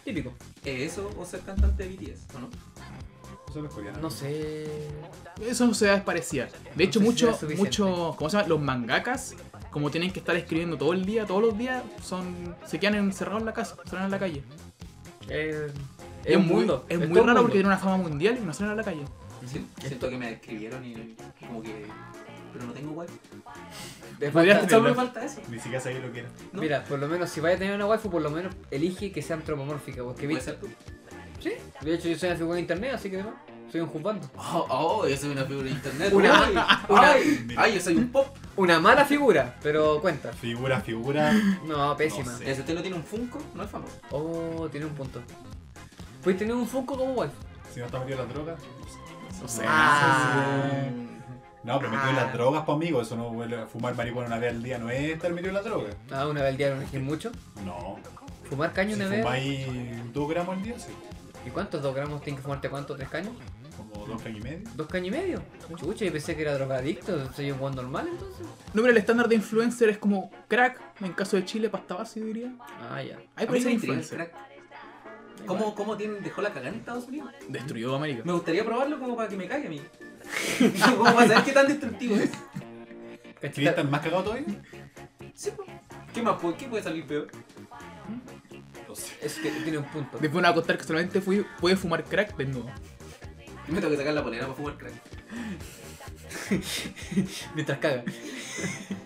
D: Típico.
C: ¿Es eso o ser cantante de BTS? ¿O no?
B: Eso los coreanos.
D: No sé.
A: Eso o sea, es parecía. De hecho,
D: sé si
A: muchos,
D: es suficiente.
A: muchos, ¿cómo se llama? Los mangakas, como tienen que estar escribiendo todo el día, todos los días, son se quedan encerrados en la casa, no salen a la calle.
D: Eh,
A: Y
D: es un
A: muy,
D: mundo.
A: Es,
D: todo
A: muy
D: un
A: raro
D: mundo.
A: porque tiene una fama mundial y no salen a la calle.
C: Sí, siento que me describieron y como que... Pero no tengo wifi.
D: Te
A: Podrías
D: falta-
C: Solo me
B: verdad.
C: falta eso.
B: Ni siquiera sabía lo que era.
C: ¿no?
D: Mira, por lo menos si vaya a tener una waifu, por lo menos elige que sea antropomórfica. Porque
C: Puede
D: viste.
C: ser tú.
D: Sí, de hecho yo soy una figura de internet, así que no, soy un juzgando.
C: Oh, oh, yo soy una figura de internet.
D: Una-
C: Ay, una-
D: ay.
C: ay, yo soy un pop.
D: Una mala figura, pero cuenta.
B: Figura, figura.
D: No, pésima.
B: No sé.
C: Eh, Si usted no tiene un Funko, no es famoso.
D: Oh, tiene un punto. Puedes tener un Funko como waifu.
B: Si no está metido en las drogas.
A: O sea,
D: Ah.
B: No, pero metido en
D: Ah.
B: las drogas, pues amigo. Eso no bueno, fumar marihuana una vez al día no es estar metido en las drogas.
D: Ah, una vez al día no es mucho.
B: No.
D: Fumar caño
B: Si
D: una vez.
B: fumáis 2 gramos al día, sí.
D: ¿Y cuántos? ¿Dos gramos tienes que fumarte cuánto? ¿Tres caños?
B: Como 2 gramos y medio.
D: ¿Dos caños y medio? Chucha, yo pensé que era drogadicto. Soy un guan normal entonces.
A: No, pero el estándar de influencer es como crack, en caso de Chile, pasta base, yo diría.
D: Ah, ya.
A: Ahí
C: A mí
A: parece
C: me
A: ser
C: intriga el
A: influencer.
C: crack. ¿Cómo, cómo tienen, dejó la cagada en Estados Unidos?
A: Destruyó América.
C: Me gustaría probarlo como para que me cague a mí. como para saber qué tan destructivo es.
B: ¿Queréis
D: Cachita,
B: estar más cagado todavía?
C: Sí, po. ¿Qué más puede, qué puede salir peor?
B: No sé.
D: es que tiene un punto.
A: Después van a contar que solamente fui, puede fumar crack desnudo.
C: Me tengo que sacar la polera para fumar crack.
D: Mientras caga.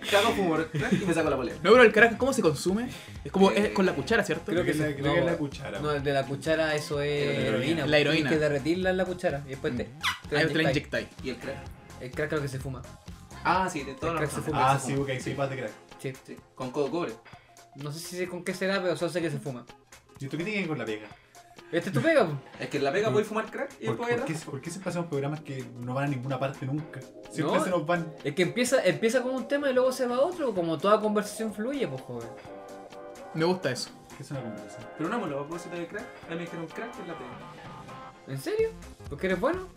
C: Cago fumar crack y me saco la polera.
A: No, pero el crack, ¿cómo se consume? Es como es con la cuchara, ¿cierto?
D: Creo que
B: es la,
D: sí.
B: creo que es
D: No,
B: la cuchara.
D: No, el de la cuchara eso es
C: Heroína.
D: heroína.
A: La
D: Tienes
A: heroína. Mm.
D: que derretirla en la cuchara y después te, te la
A: Ahí te la
D: inyectáis.
A: inyectáis.
C: ¿Y el crack?
D: El crack es lo que se fuma.
C: Ah, sí, de toda la
D: El crack se
C: razón.
D: fuma.
B: Ah,
D: se
B: sí,
D: fuma.
B: ok, sí, vas de crack.
D: Sí.
C: Sí, con codo cobre.
D: No sé si sé con qué será, pero solo sé que se fuma.
B: ¿Y tú qué tienes que ver con la pega?
D: Este es tu pega. po.
C: Es que en la pega voy a fumar crack y
B: ¿Por,
C: después voy a
B: por qué,
C: agarrar.
B: por qué siempre hacemos programas que no van a ninguna parte nunca? Siempre
D: No.
A: eh.
B: se nos van.
D: Es que empieza, empieza con un tema y luego se va a otro, como toda conversación fluye, pues joven.
A: Me gusta eso.
B: ¿Qué es una conversación?
C: Pero pues, una mola, ¿puedo de crack? A mí me dijeron crack en la pega.
D: ¿En serio? ¿Porque eres bueno?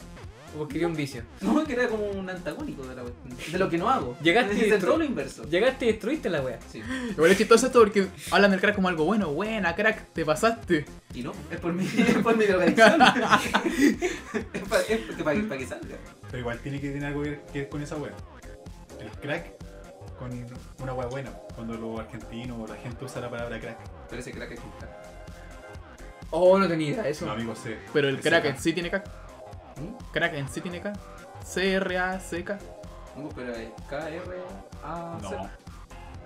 D: ¿O porque eres un vicio?
C: No, que era como un antagónico de la cuestión. De lo que no hago.
D: Llegaste y
C: de
D: dentro-
C: todo lo inverso.
D: Llegaste y destruiste la wea.
C: Sí.
A: Igual es chistoso esto porque hablan del crack como algo bueno, buena, crack, te pasaste.
C: Y no, es por mi, es por mi drogadicción. es para que, pa que salga.
B: Pero igual tiene que tener algo que ver- que ver con esa wea. El crack con una wea buena. Cuando los argentinos o la gente usa la palabra crack.
C: Pero ese crack es un crack.
D: Oh, no tenía idea de eso.
B: No, amigo, sé.
A: Pero el
B: Ese
A: crack en
B: crack.
A: sí tiene K.
C: ¿Mm?
A: Crack en sí tiene K. C-R-A-C-K.
C: No, pero es K-R-A.
B: No,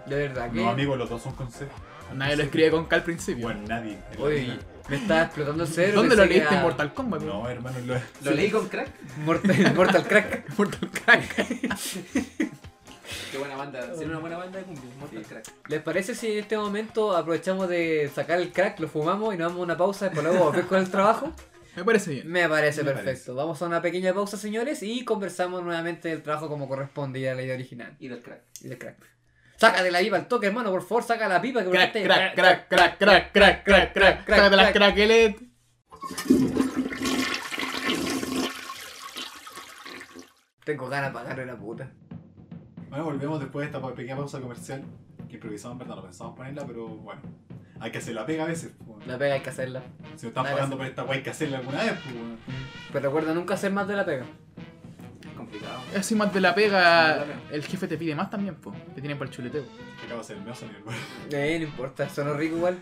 D: De verdad que.
B: no, amigo, los dos son con C.
A: Nadie lo escribe con K al principio.
B: Bueno, nadie. en
D: Oye,
B: Latina.
D: me está explotando el cerebro.
A: ¿Dónde lo
D: pensé que
A: leíste
D: era
A: en Mortal Kombat? güey?
B: No, hermano, lo-
C: ¿Lo leí con crack?
D: Mortal, Mortal Crack.
A: Mortal Crack.
C: Qué buena banda. Sería una buena banda de cumbia. Mortal Crack.
D: ¿Les parece si en este momento aprovechamos de sacar el crack, lo fumamos y nos damos una pausa para luego volver con el trabajo?
A: Me parece bien.
D: Me parece
B: Me
D: perfecto. Vamos a una pequeña pausa, señores, y conversamos nuevamente del trabajo como corresponde y a la idea original.
C: Y del crack.
D: Y del crack. Sácate la pipa al toque, hermano, por favor, saca la pipa que
A: Crack,
D: volaste.
A: crack, crack, crack, crack, crack, crack, crack,
D: crack,
A: crack, de las
D: crack.
A: craquelet.
D: Tengo ganas de pagarle la puta.
B: Bueno, volvemos después de esta pequeña pausa comercial. Que improvisamos, en verdad, no pensamos ponerla, pero bueno. Hay que hacer la pega a veces. pues.
D: La pega hay que hacerla.
B: Si nos están
D: la-
B: pagando por esta wea, hay que hacerla alguna vez. pues, bueno.
D: Pero recuerda nunca hacer más de la pega.
C: Es complicado.
A: Así más de la
C: Más de
A: pega,
C: la pega.
A: el jefe te pide más también, po. Te tienen para el chuleteo.
B: Acabo de hacer el mío sonido, hermano.
D: Eh, no importa, sonó rico igual.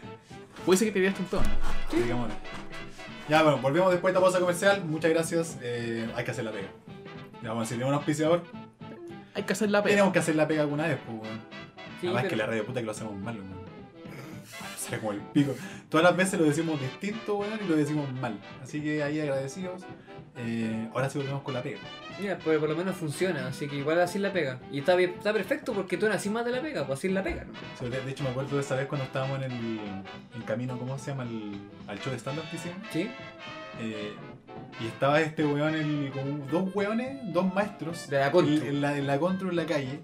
A: Puede ser que te pidas un tono.
B: Digámoslo. Ya, bueno, volvemos después de esta pausa comercial. Muchas gracias. Eh, hay que hacer la pega. Ya, bueno, si tenemos un auspiciador,
A: Hay que hacer la pega.
B: tenemos que hacer la pega alguna vez, pues, weón.
D: Sí,
B: Además que
D: pero-
B: la radio puta que lo hacemos mal, weón. Sale como el pico. Todas las veces lo decimos distinto, weón, y lo decimos mal. Así que ahí agradecidos. Eh, ahora sí volvemos con la pega.
D: Mira, pero por lo menos funciona, así que igual así la pega. Y está, bien- está perfecto porque tú nací más de la pega, pues así la pega, ¿no?
B: Sobre- De hecho, me acuerdo de esa vez cuando estábamos en el en camino, ¿cómo se llama? El- al show de stand-up que hicimos.
D: ¿Sí?
B: Eh, y estaba este weón, el, como dos weones, dos maestros.
D: De la Contru.
B: En, en la, en la Contru, en la calle.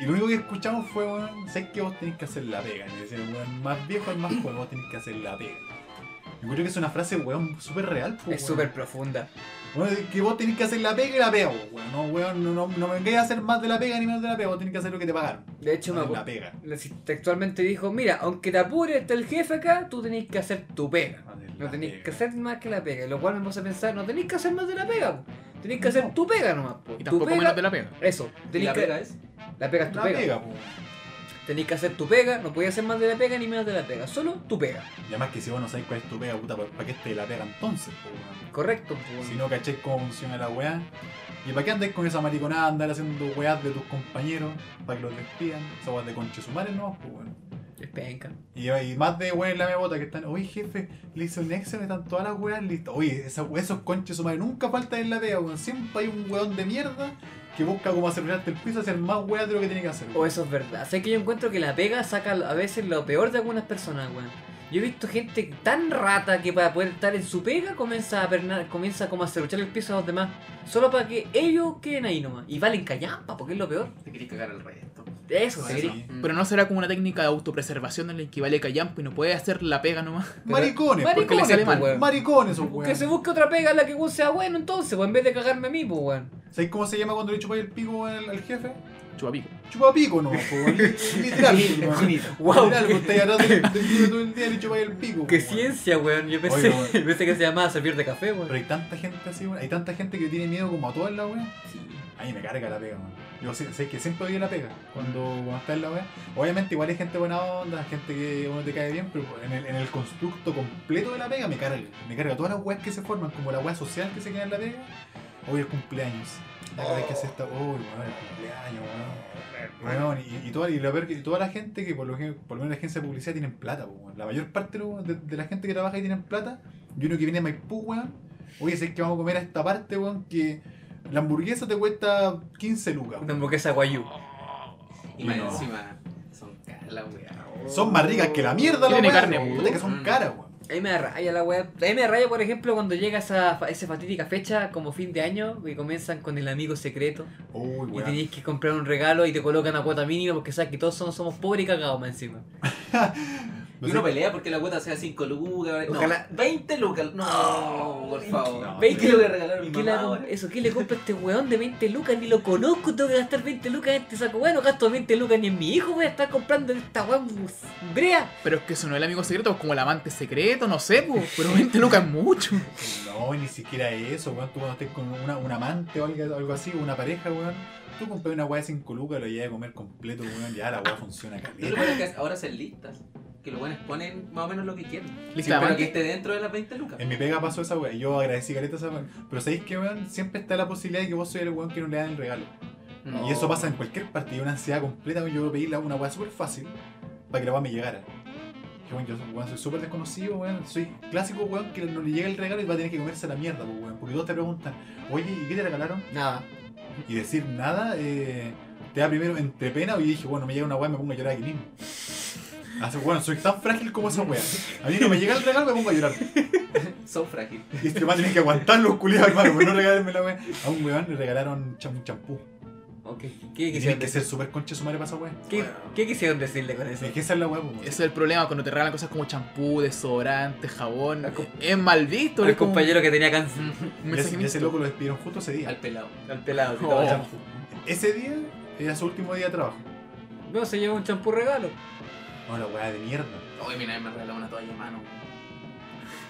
B: Y lo único que escuchamos fue, weón, sé que vos tenés que hacer la pega. Y decían, weón, más viejo es más joven, vos tenés que hacer la pega. Yo creo que es una frase, weón, súper real. po,
D: Es
B: weón.
D: súper profunda.
B: Weón, es que vos tenés que hacer la pega y la pega, po, weón. No, weón, no, no, no me vengáis a hacer más de la pega ni menos de la pega. Vos tenés que hacer lo que te pagaron.
D: De hecho, me
B: Hacer la
D: acuerdo.
B: pega.
D: Textualmente dijo, mira, aunque te apure está el jefe acá, tú tenés que hacer tu pega.
B: Hacer
D: No
B: la
D: tenéis
B: pega.
D: que hacer más que la pega, y lo cual me puse a pensar, no tenéis que hacer más de la pega, po. tenéis que hacer
B: No.
D: tu pega nomás. po.
A: Y
D: Tu
A: tampoco
D: pega,
A: menos de la pega.
D: Eso,
C: ¿Y
D: tenéis
C: la
D: que...
C: pega es?
D: La pega es tu
B: ¿eh? La
D: pega. pues.
B: pega, pues. po, weón.
D: Tenéis que hacer tu pega, no podías hacer más de la pega ni menos de la pega, solo tu pega.
B: Y además que si vos no sabés cuál es tu pega, puta, ¿para qué te la pega entonces, po, weón?
D: Correcto, po.
B: Si no cachéis cómo funciona la weá. ¿Y para qué andáis con esa mariconada andar haciendo weás de tus compañeros para que los despidan? Esa weá de conches sumares no, pues weón.
D: Es penca.
B: Y, y más de weón en la bota que están, oye jefe, le hice un examen, están todas las weas listas. Oye, esa- esos conches sumares nunca faltan en la pega, weón. Siempre hay un weón de mierda que busca cómo asegurarte el piso, hacer más weas de lo que tiene que hacer.
D: O
B: weón.
D: Oh, eso es verdad. Sé que yo encuentro que la pega saca a veces lo peor de algunas personas, weón. Yo he visto gente tan rata que para poder estar en su pega comienza a pernar, comienza como a cerruchar el piso a los demás. Solo para que ellos queden ahí nomás. Y valen callampa, porque es lo peor.
C: Te querés cagar el resto.
D: Eso,
B: Eso
D: te querí-
B: sí.
A: Pero no será como una técnica de autopreservación en la que vale callampa y no puede hacer la pega nomás.
B: Maricones,
D: Maricones,
A: porque le sale
D: po,
A: mal.
D: weón.
B: maricones esos
D: Que
B: weón.
D: se busque otra pega en la que weón, sea bueno entonces, pues en vez de cagarme a mí, pues weón.
B: ¿Sabéis cómo se llama cuando le chupáis el pico al, al jefe?
A: Chupapico.
B: Chupapico, no, po, weón. Literal, weón.
D: Wow,
B: Literal, vos estáis atrás del del libro todo el día y le chupáis el pico.
D: qué
B: weón.
D: ciencia, weón. Yo
B: Oye,
D: pensé,
B: weón.
D: pensé que se llamaba servir de café,
B: Pero
D: weón.
B: hay tanta gente así, weón. Hay tanta gente que tiene miedo como a toda la weá. A mí me carga la pega, weón. Yo sé, sé que siempre odio la pega cuando, cuando está en la weá. Obviamente, igual hay gente buena onda, gente que uno te cae bien, pero en el, en el constructo completo de la pega me carga. Me carga todas las weas que se forman, como la weá social que se queda en la pega. Hoy el cumpleaños. La vez que hace esta. Uy, weón, el cumpleaños, weón. Weón, y, y toda, y lo peor que- toda la gente que por lo, gen- por lo menos la agencia de publicidad tienen plata, po, weón. La mayor parte ¿no? de, de la gente que trabaja y tienen plata, y uno que viene a Maipú, weón. Oye, si es que vamos a comer a esta parte, weón, que la hamburguesa te cuesta 15 lucas.
D: Una hamburguesa guayú.
C: Y más
B: No.
C: encima son caras las weas.
B: weón. Son más ricas que la mierda, la
A: Tiene
B: weá,
A: carne,
B: weón.
A: po.
B: Puta que son
C: Mm.
B: caras, weón.
D: A mí me da raya la weá. A mí me da raya, por ejemplo, cuando llega esa, fa- esa fatídica fecha como fin de año y comienzan con el amigo secreto
B: Uy,
D: y
B: weón.
D: tenéis que comprar un regalo y te colocan a cuota mínima porque sabes que todos somos, somos pobres y cagados más encima.
B: No
C: y
B: sé-
C: uno pelea porque la cuota sea 5 lucas. No,
D: Ojalá-
C: 20 lucas. No, por favor.
B: No,
C: 20
D: sí.
C: lucas regalaron a mi
D: ¿Qué
C: mamá.
D: le hago-
C: ahora.
D: eso, ¿qué le compro a este weón de 20 lucas? Ni lo conozco, tengo que gastar 20 lucas en este saco. Bueno, gasto 20 lucas ni en mi hijo, voy a estar comprando en esta weón brea.
A: Pero es que eso no es el amigo secreto, es como el amante secreto, no sé, po. Pero 20 lucas es mucho.
B: No, ni siquiera eso, weón. Tú cuando estés con una, un amante o algo, algo así, una pareja, weón. Tú compras una weá de 5 lucas, lo llevas a comer completo, weón. Ya la weá funciona
C: Lo
B: caleta.
C: que pasa es que ahora hacen listas. Que los buenos ponen más o menos lo que quieren.
A: Lista de
C: Pero que
A: amante.
C: esté dentro de las 20 lucas.
B: En mi pega pasó esa weá. y Yo agradecí careta esa weá. Pero sabéis que weón, siempre está la posibilidad de que vos sois el weón que no le dan el regalo.
C: No.
B: Y eso pasa en cualquier parte. Y una ansiedad completa, weón. Yo pedí la- una weá súper fácil para que la weá me llegara. Que weón, yo weón, soy súper desconocido, weón. Soy clásico weón que no le llega el regalo y va a tener que comerse la mierda, pues, weón. Porque todos te preguntan, oye, ¿y qué te regalaron?
D: Nada.
B: Y decir nada, eh, te da primero entre pena. Y dije, bueno, me llega una weá y me pongo a llorar aquí mismo. Así, bueno, soy tan frágil como esa weá. A mí no me llega el regalo, me pongo a llorar.
C: Son frágiles.
B: Y este man tiene que aguantar los culiados, hermano, por no regalarme la wea. A un weón le regalaron cha- un champú.
D: Ok, ¿qué
B: Y tiene
D: quisieron,
B: que
D: decir-
B: ser súper concha su madre para esa wea.
D: qué- qué quisieron decirle con eso?
B: Es que esa es la wea, po,
A: Ese es el problema cuando te regalan cosas como champú, desodorante, jabón.
D: Al com-
A: Es mal visto.
D: Al
A: es como-
D: compañero que tenía cáncer.
A: Un
B: Y ese,
A: mensaje
B: y ese
A: mixto.
B: loco lo despidieron justo ese día.
C: Al Oh. pelado.
D: Al pelado.
A: que estaba
D: champú.
A: champú.
B: Ese día era su último día de trabajo.
D: No, se lleva un champú regalo.
B: No, la wea de mierda.
C: Hoy mi nadie me regaló una toalla de mano.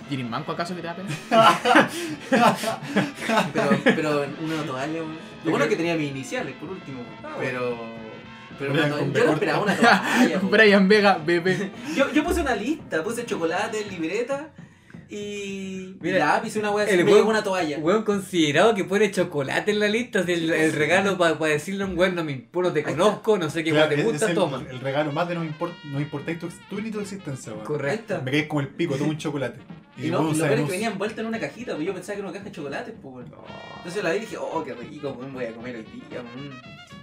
A: ¿Jirin Manco acaso que te da pena?
C: Pero, pero una toalla. weón. Lo bueno es que tenía mis iniciales por último. Pero. Pero
B: Mira,
C: una toalla-
B: con
C: yo no
B: B
C: esperaba una toalla. weón.
A: Brian Vega, bebé.
C: Yo, yo puse una lista, puse chocolate, libreta y, y
D: Mira,
C: lápiz y una wea así,
D: el
C: me llegó
D: weón-
C: una toalla.
D: Weón considerado que pone chocolate en la lista, así el, el regalo para decirle a un weón, no me importa, no te conozco, no sé qué weón
B: Claro,
D: te
B: es- es
D: gusta,
B: el,
D: toma.
B: el regalo más de no, import, no importáis tu, ex- tú ni tu existencia, weón.
C: Ahí
D: Correcto.
C: está.
B: Me caes como el pico, tomo un chocolate.
C: Y no,
B: luego
C: y
B: un
C: lo peor es
B: Sanus.
C: que venía envuelta en una cajita, pues yo pensaba que era una caja de chocolates, pues weón. Entonces la vi y dije, oh, qué rico, weón, voy a comer hoy día, weón.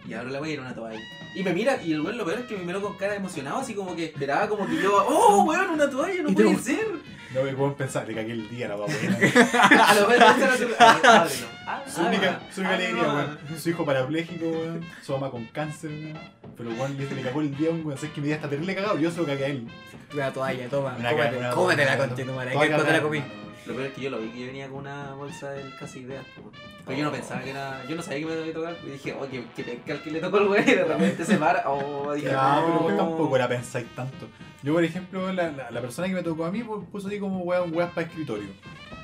C: Y ahora la voy a ir a una toalla. Y me mira, y el weón lo peor es que me miró con cara emocionado, así como que esperaba como que yo, oh, weón, una toalla, no
A: Y te
C: puede
A: gustó.
C: ser.
B: No me puedo pensar, le cagué el día, la weá, weón.
C: A lo mejor esta era su- Ah, ábrelo. Ah,
B: Su única,
C: ah,
B: su única
C: ah,
B: alegría,
C: no.
B: weón. Su hijo parapléjico, weón. Su mamá con cáncer, weón. Pero weón le, le cagó el día, weón. Sabes que me dio hasta tenerle cagado, yo se lo cagué a él.
D: La toalla, toma,
B: Una
D: cómate,
B: cagada,
D: cómetela,
B: weón.
D: conchetumare,
B: Toda
D: que después te la
B: cagada,
D: comí.
B: hermano, weón.
C: Lo peor es que yo lo vi que venía con una bolsa del casi ideas, pues, weón. Pero yo no pensaba que era. Yo no sabía que me debía tocar. Y dije, oh, que, que penca el que le tocó el weón. Y de repente se para. Oh, dije,
B: Ya, pero vos
C: no.
B: tampoco la pensáis tanto. Yo, por ejemplo, la, la, la persona que me tocó a mí pues, puso así como weón, weas para escritorio.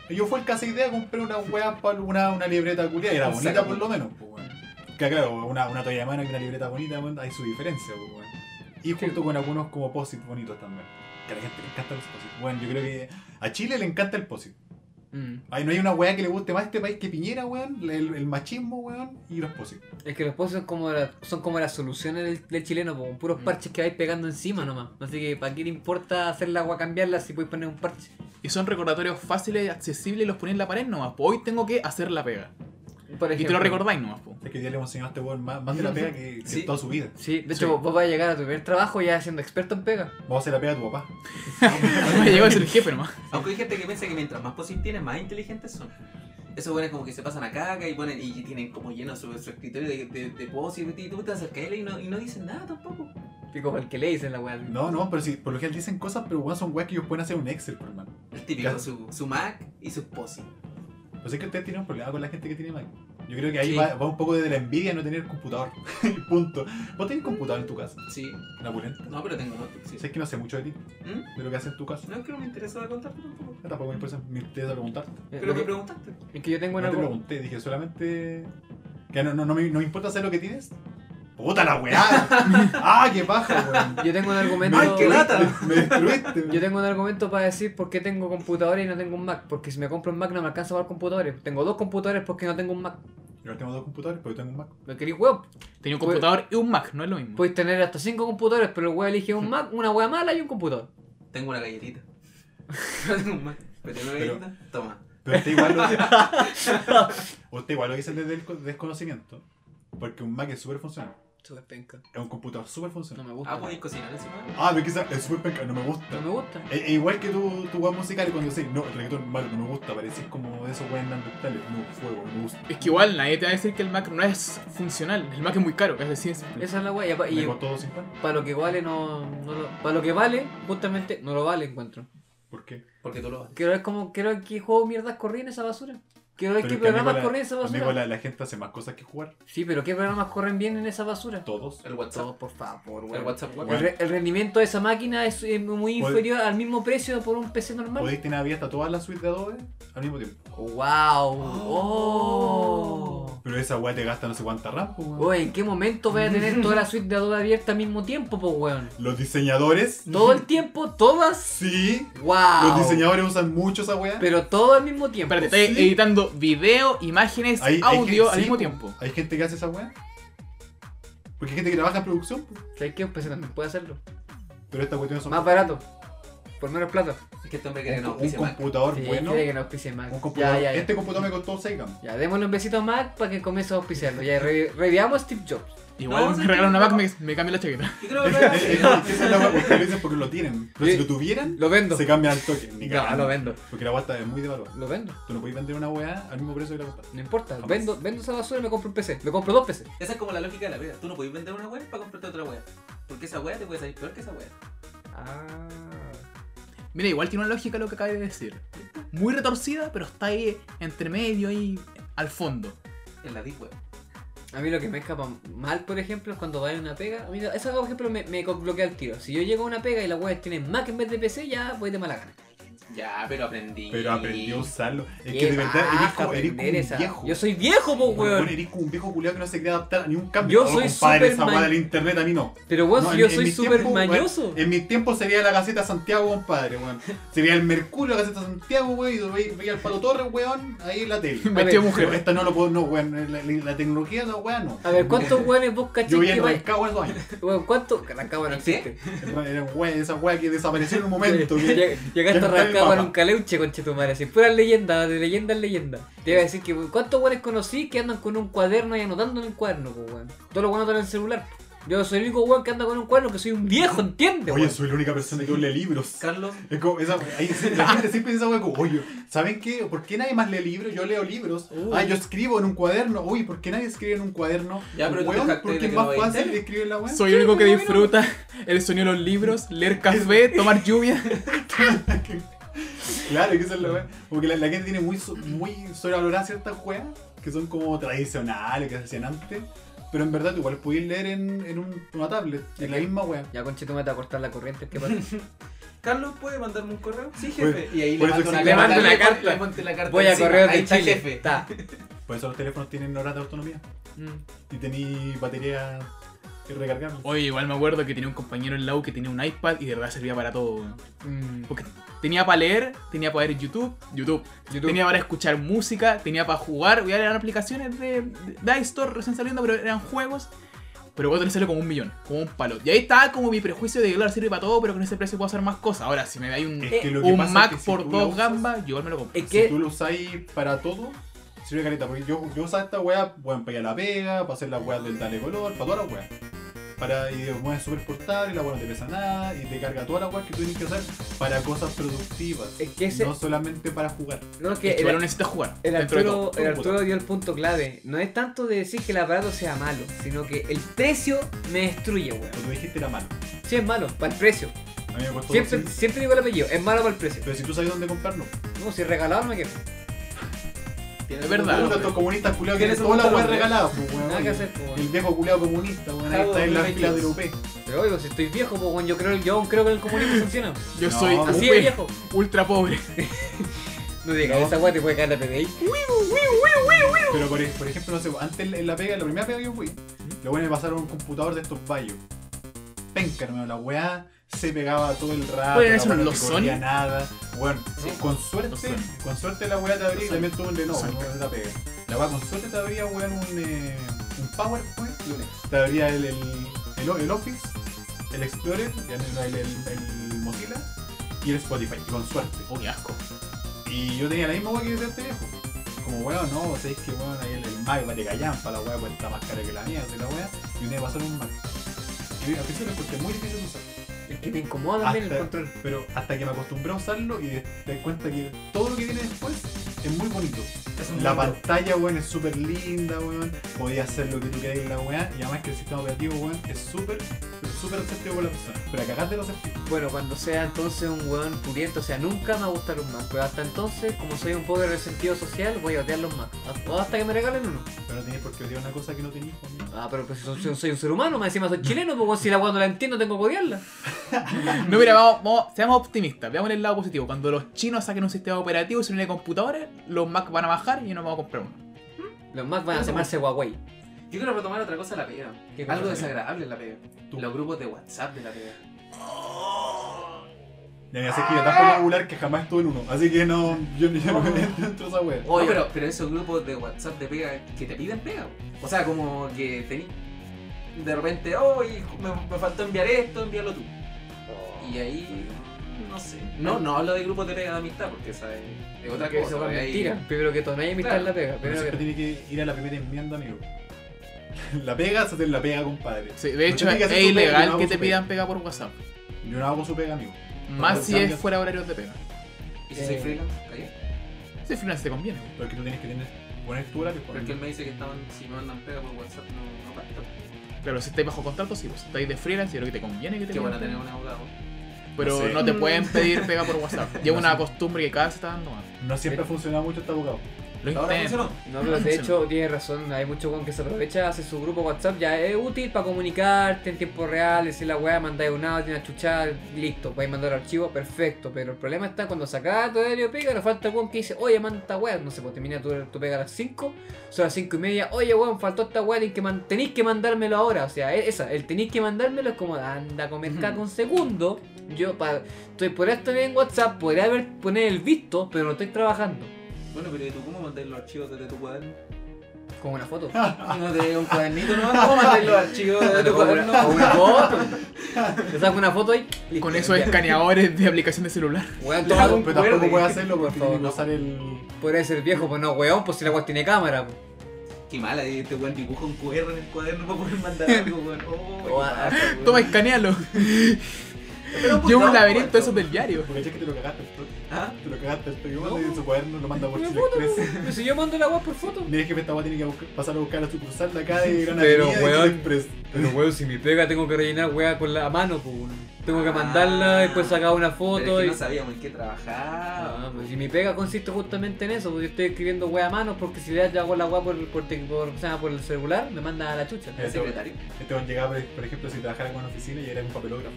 B: Y yo fui al casa idea, compré una weas para una, una libreta culiada, era
C: Un
B: bonita
C: sacapuntas.
B: por lo menos, pues, weón. Que claro, una, una toalla de mano y una libreta bonita, weón, hay su diferencia, pues, weón. Y junto con algunos como posit bonitos también. Que a la gente le encantan los posit. Bueno, yo creo que a Chile le encanta el posit.
D: Mm.
B: Ay, no hay una weá que le guste más a este país que Piñera, weón, el, el machismo, weón, y los posit.
D: Es que los pozos son como, la- son como las soluciones del, del chileno, con puros
B: Mm.
D: parches que vais pegando encima nomás. Así que, ¿para qué te importa hacer la agua cambiarla si puedes poner un parche?
A: Y son recordatorios fáciles y accesibles y los ponéis en la pared nomás. po. Hoy tengo que hacer la pega.
D: Por
A: Y te
D: ejemplo.
A: lo recordáis nomás. pues. po.
B: Es que ya le hemos enseñado a este weón más, más de la pega que, que
C: Sí.
B: toda su vida.
D: Sí, de
A: Sí.
D: hecho, vos vas a llegar a tu primer trabajo ya siendo experto en pega.
B: Vamos a hacer la pega a tu papá.
A: Me llegó a ser el jefe nomás.
C: Aunque hay gente que piensa que mientras más posibles tienen, más inteligentes son. Esos buenos como que se pasan a caca y ponen y tienen como lleno su, su escritorio de, de, de post y y tú te acercas a él y no, y no dicen nada tampoco.
D: Pico, el que le dicen la weá.
B: No, no, pero sí, por lo general dicen cosas, pero weón son weas que ellos pueden hacer un Excel, por hermano.
C: El típico,
B: Claro.
C: su, su Mac y sus posis.
B: Pues es que ustedes tienen un problema con la gente que tiene Mac. Yo creo que ahí
D: Sí.
B: va, va un poco de la envidia de no tener computador. Punto. ¿Vos tenés computador en tu casa?
C: Sí.
B: Napulenta.
C: No, pero tengo notebook, sí.
B: Sé que no sé mucho de ti,
C: ¿Mm?
B: de lo que haces en tu casa.
C: No es que no me interesaba contarte tampoco.
B: Ah, Tampoco me interesa, me interesa preguntarte.
D: Eh,
C: Pero
D: lo
C: me
D: que-
C: preguntaste.
D: Es que yo tengo una.
B: no te pregunté, dije solamente. Que no, no, no, me, no me importa saber lo que tienes. ¡Puta la weá! ¡Ah, qué paja, weón!
D: Yo tengo un argumento.
C: ¡Ay, qué lata!
B: Me destruiste,
D: Yo tengo un argumento para decir por qué tengo computadores y no tengo un Mac. Porque si me compro un Mac no me alcanza para computadores. Tengo dos computadores porque no tengo un Mac.
B: Yo tengo dos computadores, pero yo tengo un Mac.
D: ¿Me queréis weón?
A: Tenía un
D: Pues-
A: computador y un Mac, no es lo mismo.
D: Puedes tener hasta cinco computadores, pero el weón elige
A: Hmm.
D: un Mac, una weá mala y un computador.
C: Tengo una galletita. No tengo un Mac. Pero tengo una
B: Pero-
C: galletita. Toma.
B: Pero usted igual lo Usted igual lo dice desde el co- desconocimiento. Porque un Mac es súper funcional.
D: Súper penca.
B: Es un computador súper
D: No
B: funcional.
D: me gusta.
C: Ah,
A: pues.
C: podéis cocinar encima.
B: Ah, pero quizás es súper penca, no me gusta.
D: No me gusta.
B: Es es igual que tu, tu weá musical cuando decís, no, el reggaetón malo no me gusta, parecís como de esos weas neandertales, no, fuego, no me gusta.
A: Es que igual nadie te va a decir que el Mac no es funcional. El Mac es muy caro, es decir, es-
D: Esa es la weá. Y apa-
B: Me
D: Y,
B: costó 250.
D: para lo que vale, no. no lo- para lo que vale, justamente no lo vale, encuentro.
B: ¿Por qué?
C: Porque tú lo vas.
D: Quiero ver cómo. Quiero ver qué juego mierdas corría en esa basura. Quiero ver
B: Pero
D: qué
B: es que, amigo,
D: programas
B: la-
D: corrían en esa basura.
B: Amigo, la, la gente hace más cosas que jugar.
D: Sí, pero ¿qué programas corren bien en esa basura?
B: Todos.
C: El WhatsApp.
D: Todos, por favor,
C: El
D: weón.
C: WhatsApp.
D: El, re- el rendimiento de esa máquina es eh, muy
B: Pod-
D: inferior al mismo precio por un PC normal.
B: Podéis tener abierta todas las suites de Adobe al mismo tiempo.
D: ¡Wow!
C: Oh.
D: ¡Oh!
B: Pero esa weá te gasta no sé cuánta RAM, pues, weón.
D: Oye, Oh. ¿en qué momento voy a tener toda la suite de Adobe abierta al mismo tiempo, pues, weón?
B: Los diseñadores,
D: ¿Todo el tiempo? ¿Todas?
B: sí.
D: ¡Wow!
B: Los diseñadores usan mucho esa weá.
D: Pero todo al mismo tiempo.
A: Espérate, estáis
B: Sí.
A: editando video, imágenes,
B: Hay- hay
A: audio
B: gente-
A: al
B: sí,
A: mismo
B: po.
A: tiempo.
B: ¿Hay gente que hace esa weá? Porque hay gente que trabaja en producción, po.
D: ¿Sabes qué? Un PC también puede hacerlo.
B: pero estas cuestiones son
D: Más barato. Por menos plata.
C: Es que este hombre
B: Un,
C: quiere que
B: co-
C: nos
B: un
C: auspicie Mac.
B: computador
D: Sí,
B: bueno.
D: quiere que nos auspicie Mac.
B: un computador-
D: Ya, ya, ya.
B: Este computador me costó 6 gam.
D: Ya, démosle un besito a Mac para que comience a auspiciarlo. Ya, re- reviamos a Steve Jobs.
A: Igual
C: No,
A: me
C: sí,
A: regalan una
C: no.
A: Mac, me, me cambio la chaqueta.
C: Yo creo que
B: Esa esa es la weá porque lo dicen porque lo tienen. Pero
D: Sí.
B: si lo tuvieran,
D: Lo vendo.
B: se cambian al toque. Ni
D: No,
B: cagando.
D: lo vendo.
B: Porque la weá está de muy de valor.
D: Lo vendo.
B: Tú no podés vender una weá al mismo precio que la compraste.
D: No importa.
B: Jamás.
D: Vendo, vendo esa basura y me compro un PC. Me compro dos PC.
C: Esa es como la lógica de la vida. Tú no podés vender una wea para comprarte otra wea. Porque esa wea te puede salir peor que esa wea.
D: Ah.
A: Mira, igual tiene una lógica lo que acabas de decir. Muy retorcida, pero está ahí entre medio y al fondo.
C: En la deep web.
D: A mí lo que me escapa mal, por ejemplo, es cuando va en una pega. A mí no- eso, por ejemplo, me, me bloquea el tiro. Si yo llego a una pega y las weas tienen Mac en vez de PC, ya voy de mala gana.
C: Ya, pero aprendí.
B: Pero aprendí a usarlo. Es
D: Qué
B: que de verdad eres
D: baja
B: como, eres como
D: aprender
B: un
D: esa-
B: viejo.
D: Yo soy viejo, po,
B: Weón,
D: weón.
B: eres como un viejo culiado que no se quiere adaptar a ningún cambio.
D: Yo
B: Oh,
D: soy
B: compadre, esa
D: Superman.
B: weá del internet a mí no.
D: Pero weón,
B: No,
D: si
B: en-
D: yo
B: en
D: soy
B: mis
D: súper
B: tiempos, weón,
D: mañoso.
B: En mi tiempo sería la Gaceta Santiago, compadre, weón. Sería el Mercurio, la Gaceta Santiago, weón, y veía- veía al Palo Torres, weón, ahí en la tele.
A: Vestido de
B: Pero
A: mujer.
B: esta no lo puedo, no, weón, la, la- la tecnología, no, weón, no.
D: A ver, ¿cuántos weones vos cachés
B: Yo vi
D: que
B: en
D: vayan?
B: Rancagua esos años.
D: Weón, ¿cuántos? Rancagua no
C: ¿Sí?
D: existe.
B: Era, weón, esa weá que desapareció en un momento. que-
D: Lleg- Llegaste a
B: Ya está el
D: Rancagua en
B: mapa.
D: un caleuche, conchetumare. Así, pura leyenda, de leyenda en leyenda. Te iba a decir que, weón, ¿cuántos weones conocí que andan con un cuaderno y anotando en el cuaderno, po, weón? Todos los weones andan en el celular. Yo soy el único weón que anda con un cuaderno, que soy un viejo, ¿entiendes,
B: Oye,
D: weón?
B: soy la única persona que lee libros.
C: Carlos,
B: Es como esa, ahí, la gente siempre dice esa wea como, oye, ¿saben qué? ¿Por qué nadie más lee libros? Yo leo libros.
D: Uy.
B: Ah, yo escribo en un cuaderno. Uy, ¿por qué nadie escribe en un cuaderno?
C: Ya, pero tú te
B: Weón,
C: jactas de
B: porque
C: que
B: es
C: no
B: más
C: veis
B: fácil
C: tele.
B: escribir la wea.
A: Soy el único que disfruta el sueño de los libros, leer café, tomar lluvia.
B: Claro, que eso es la wea. Porque la, la gente tiene muy, so- muy sobrevalorada ciertas weas que son como tradicionales, que se hacían antes. Pero en verdad, tú igual podías leer en, en un- una tablet, en la misma wea.
D: Ya, conchetumare, te va a cortar la corriente, ¿qué pasa?
C: Carlos puede mandarme un correo. Sí, jefe. Y ahí
B: por
C: le
B: eso
C: mando una
B: existe-
D: Le mando una carta.
C: Le mando la carta.
D: Voy a
C: encima.
D: correos
C: Ahí
D: de
C: está,
D: Chile.
C: jefe.
D: Está.
B: Por eso los teléfonos tienen horas de autonomía.
D: Mm.
B: Y tenéis batería que recargarla.
A: Oye, igual me acuerdo que tenía un compañero en la U que tenía un iPad y de verdad servía para todo. weón.
D: Mm.
A: Porque tenía para leer, tenía para ver YouTube, YouTube,
D: YouTube.
A: tenía para escuchar música, tenía para jugar. weón, eran aplicaciones de, de, de iStore recién saliendo, pero eran juegos. Pero voy a tenerlo como un millón, como un palo. Y ahí estaba como mi prejuicio de que claro, sirve para todo, pero con ese precio puedo hacer más cosas. Ahora, si me dais un,
B: Es que lo que
A: un
B: pasa es
A: Mac
B: que si
A: por
B: tú la
A: dos
B: usas-
A: gambas, yo me lo compro.
B: Si
D: Es que
B: tú lo usáis para todo, sirve caleta. Porque yo, yo usaba esta weá, weón, para ir a la pega, para hacer las weas del dale color, para todas las weas. Para, y después es súper portable, la weá no te pesa nada, y te carga todas las weas que tú tienes que usar para cosas productivas.
D: Es que E-, ese-
B: No solamente para jugar.
D: No, es que
A: Es que
D: el,
A: igual uno necesita jugar.
D: el
A: dentro de todo.
D: Arturo, el
B: Puta.
D: Arturo dio el punto clave. No es tanto de decir que el aparato sea malo, sino que el precio me destruye, weón.
B: Lo que dijiste era malo.
D: Sí, es malo, para el precio.
B: A mí me costó
D: Siempre,
B: dos-
D: siempre digo el apellido, es malo para el precio.
B: Pero si tú sabes dónde comprarlo.
D: No, si regalado no me quejo.
C: Tiene
A: Es
C: su
A: verdad.
B: Puta,
C: nombre.
B: estos comunistas culiados que
C: Tienes
B: tienen
C: un
B: todas las
C: punto,
B: weas
C: ¿no?
B: regaladas, pues, weón.
D: Nada que hacer, po,
B: El
D: weón.
B: viejo culiado comunista, weón. Ahí
C: Cabo
B: está en la fila de
C: 2022.
B: UP.
D: Pero oigo, si estoy viejo, pues weón, yo creo, yo aún creo que el comunismo funciona.
A: Yo
B: No,
A: soy
B: así
D: Así
A: UP,
D: de viejo.
A: ultra pobre.
D: No digas,
B: No.
D: esa weá te puede caer la PDI.
B: Pero por, por ejemplo, no sé, pues, antes en la pega, la primera pega que yo fui, lo bueno me pasaron un computador de estos vallos. Penca, hermano, la weá se pegaba todo el rato.
A: Bueno,
B: la
A: eso
B: weá
A: no
B: no
A: lo
B: te
A: son.
B: corría nada. Bueno, con suerte,
A: Lo son.
B: con suerte la weá te abría y
A: son.
B: también tuvo un Lenovo,
A: Lo son.
B: no la pega. La weá con suerte te abría, weón, un, eh, un PowerPoint y un Excel. Te abría el, el, el, el Office, el Explorer, ya no, el, el, el Mozilla y el Spotify, y con suerte.
A: Oh, qué asco.
B: Y yo tenía la misma weá que decía este viejo. Como weón, no, o sea, es que weón, ahí el, el Mac vale callampa, la weá cuesta más cara que la mía, de la weá. Y un día pasó en un Mac. Y al principio lo encontré muy difícil de usar.
D: Es que te incomoda también el
B: Hasta-
D: control.
B: Pero hasta que me acostumbré a usarlo y des- te das cuenta que todo lo que viene después es muy bonito.
C: Es un
B: La
C: mundo.
B: pantalla, weón, es súper linda, weón. Podías hacer lo que tú queráis en la weá. Y además que el sistema operativo, weón, es súper, pero súper receptivo con la persona. Pero a cagarte lo receptivo.
D: Bueno, cuando sea entonces un weón pudiente, o sea, nunca me va a gustar un Mac. Pero hasta entonces, como soy un poco de resentido social, voy a odiar los Mac. Hasta- o Hasta que me regalen uno.
B: Pero no tenías por qué odiar una cosa que no tenías, weón.
D: Ah, pero pues soy, soy- soy un ser humano, más encima soy chileno, pues weón, si la cuando la entiendo tengo que odiarla.
A: No, mira, vamos, vamos- seamos optimistas, veamos el lado positivo. Cuando los chinos saquen un sistema operativo y se unen a computadores, los Mac van a bajar y nos vamos a comprar uno.
D: Los Mac van a llamarse Huawei.
C: Yo quiero retomar otra cosa de la pega.
D: ¿Qué cosa?
C: Algo desagradable en la pega.
B: Tú.
C: Los grupos de WhatsApp de la pega.
B: Ya me hace que yo tan popular que jamás estuve en uno. Así que no, yo, yo no me dentro de esa wea.
C: No, pero, pero esos grupos de WhatsApp de pega que te piden pega. po. O sea, como que tení. De repente, oh, me, me faltó enviar esto, envíalo tú. Y ahí. No sé. No, no hablo de grupos de pega de amistad porque esa es, Mm. es otra
D: Que
C: cosa.
D: eso es
C: de ahí-
D: mentira. Primero que todo, no hay amistad en la pega.
B: Pero
D: Primero que
B: siempre tiene que ir a la primera enmienda, amigo. La pega se hace la pega, compadre.
A: Sí, de
B: No
A: hecho,
B: te
A: es
B: digas eso, pero yo
A: ilegal
B: no
A: que
B: hago
A: te
B: su pega.
A: pidan pega por WhatsApp.
B: Yo no hago su pega, amigo.
A: Más
B: Pero
A: si es
B: cambias-
A: fuera horarios de pega.
C: ¿Y si soy
D: Eh.
C: freelance? ¿Calla?
A: Si freelance te conviene.
B: Porque tú tienes que tener, pues, poner tu horario.
C: Pero es que él me dice que estaban, si me mandan pega por WhatsApp no, no pacto.
A: Claro, si estáis bajo contrato, sí, pues estáis de freelance y lo que te conviene que te
C: Que van a
A: pidan
C: tener
A: pega.
C: un abogado.
A: Pero
B: No
A: no,
B: sé.
A: te pueden pedir pega por WhatsApp. Lleva
B: No
A: una
B: sé.
A: costumbre que cada vez se está dando más.
B: No siempre ha funcionado mucho este abogado.
A: Lo
C: Ahora
A: intento.
C: funcionó.
D: No, pero de hecho tienes razón, hay mucho weón que se aprovecha, hace su grupo WhatsApp, ya es útil para comunicarte en tiempo real, decir la weá, mandáis un audio, una chuchada, listo, podéis mandar archivo, perfecto, pero el problema está cuando sacás tu diario pega, nos falta el weón que dice, oye, manda esta weá, no sé, pues termina tu, tu pega a las 5, son las 5 y media, oye weón, faltó esta weá, tenéis que, man- tenéis que mandármelo ahora, o sea, e- esa, el tenéis que mandármelo es como, anda a comer
A: Ujú.
D: caca un segundo, yo para, estoy por esto en WhatsApp, podría haber poner el visto, pero no estoy trabajando,
C: Bueno, pero ¿y tú cómo mandáis los archivos desde tu cuaderno?
D: como una foto.
C: No te un cuadernito nomás, ¿cómo mandáis los archivos desde tu
D: O una, o
C: cuaderno?
D: una foto. Te saco una foto y. listo,
A: Con esos
D: ya.
A: escaneadores de aplicación de celular.
D: Weón,
B: No,
D: toma un
B: pero tampoco
D: verde.
B: puede hacerlo porque
D: favor,
B: tiene que
D: no.
B: usar el.
D: Podría ser viejo, pues no, weón, pues si la weá tiene cámara. pues.
C: Qué mala, este weón dibuja un QR en el cuaderno para poder mandar algo, weón. Oh, qué
D: Oh,
C: mala, weón.
A: Toma, escanealo.
C: Pero
A: Lleva
C: no,
A: un laberinto
C: weón.
A: esos del diario.
B: Porque ya que te lo cagaste, te
C: ¿Ah?
B: lo cagaste, te lo
D: No.
B: manda en su cuaderno, lo manda por
D: Una
B: Chile
D: foto,
B: Express.
D: pues. Si yo mando la weá por foto.
B: Mira que esta weá tiene que buscar- pasar a buscar a su cruzal de acá de Gran
D: Pero,
B: Avenida de
D: weón.
B: Chile Express.
D: Pero weón, si me pega tengo que rellenar weá con la mano, pues. Tengo que
C: Ah.
D: mandarla, después sacar una
C: Pero
D: foto
C: es que
D: y.
C: no sabíamos en qué trabajaba.
D: Ah, pues si mi pega consiste justamente en eso, porque yo estoy escribiendo weá a mano, porque si le hago la weá por, por, te- por, o sea, por el celular, me manda a la chucha.
C: ¿El secretario?
B: Este weón llegaba, por- por ejemplo, si trabajara en una oficina y era un papelógrafo.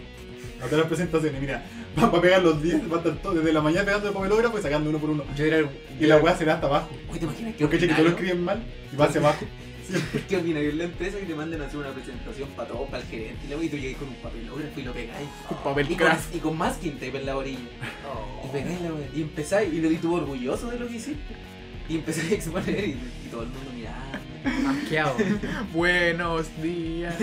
B: A todas las presentaciones, mira, va va a pegar los 10, va a estar todo, desde la mañana pegando el papelógrafo y sacando uno por uno.
D: Yo era el.
B: Y la weá será hasta abajo.
C: Uy, ¿te imaginas qué
B: Porque che que todos lo
C: ordinario?
B: escriben mal y va hacia abajo.
C: Qué ordinario es la empresa que te manden a hacer una presentación para todos, para el gerente, y luego y tú llegas con un papelógrafo y lo pegáis.
A: Un papel
C: Y con,
A: craft.
C: y con más tape en la orilla. Y pegáis la weá, y empezáis, y lo di tú orgulloso de lo que hiciste. Y empezáis a exponer y, y todo el mundo mirando.
D: Asqueado.
A: Buenos días.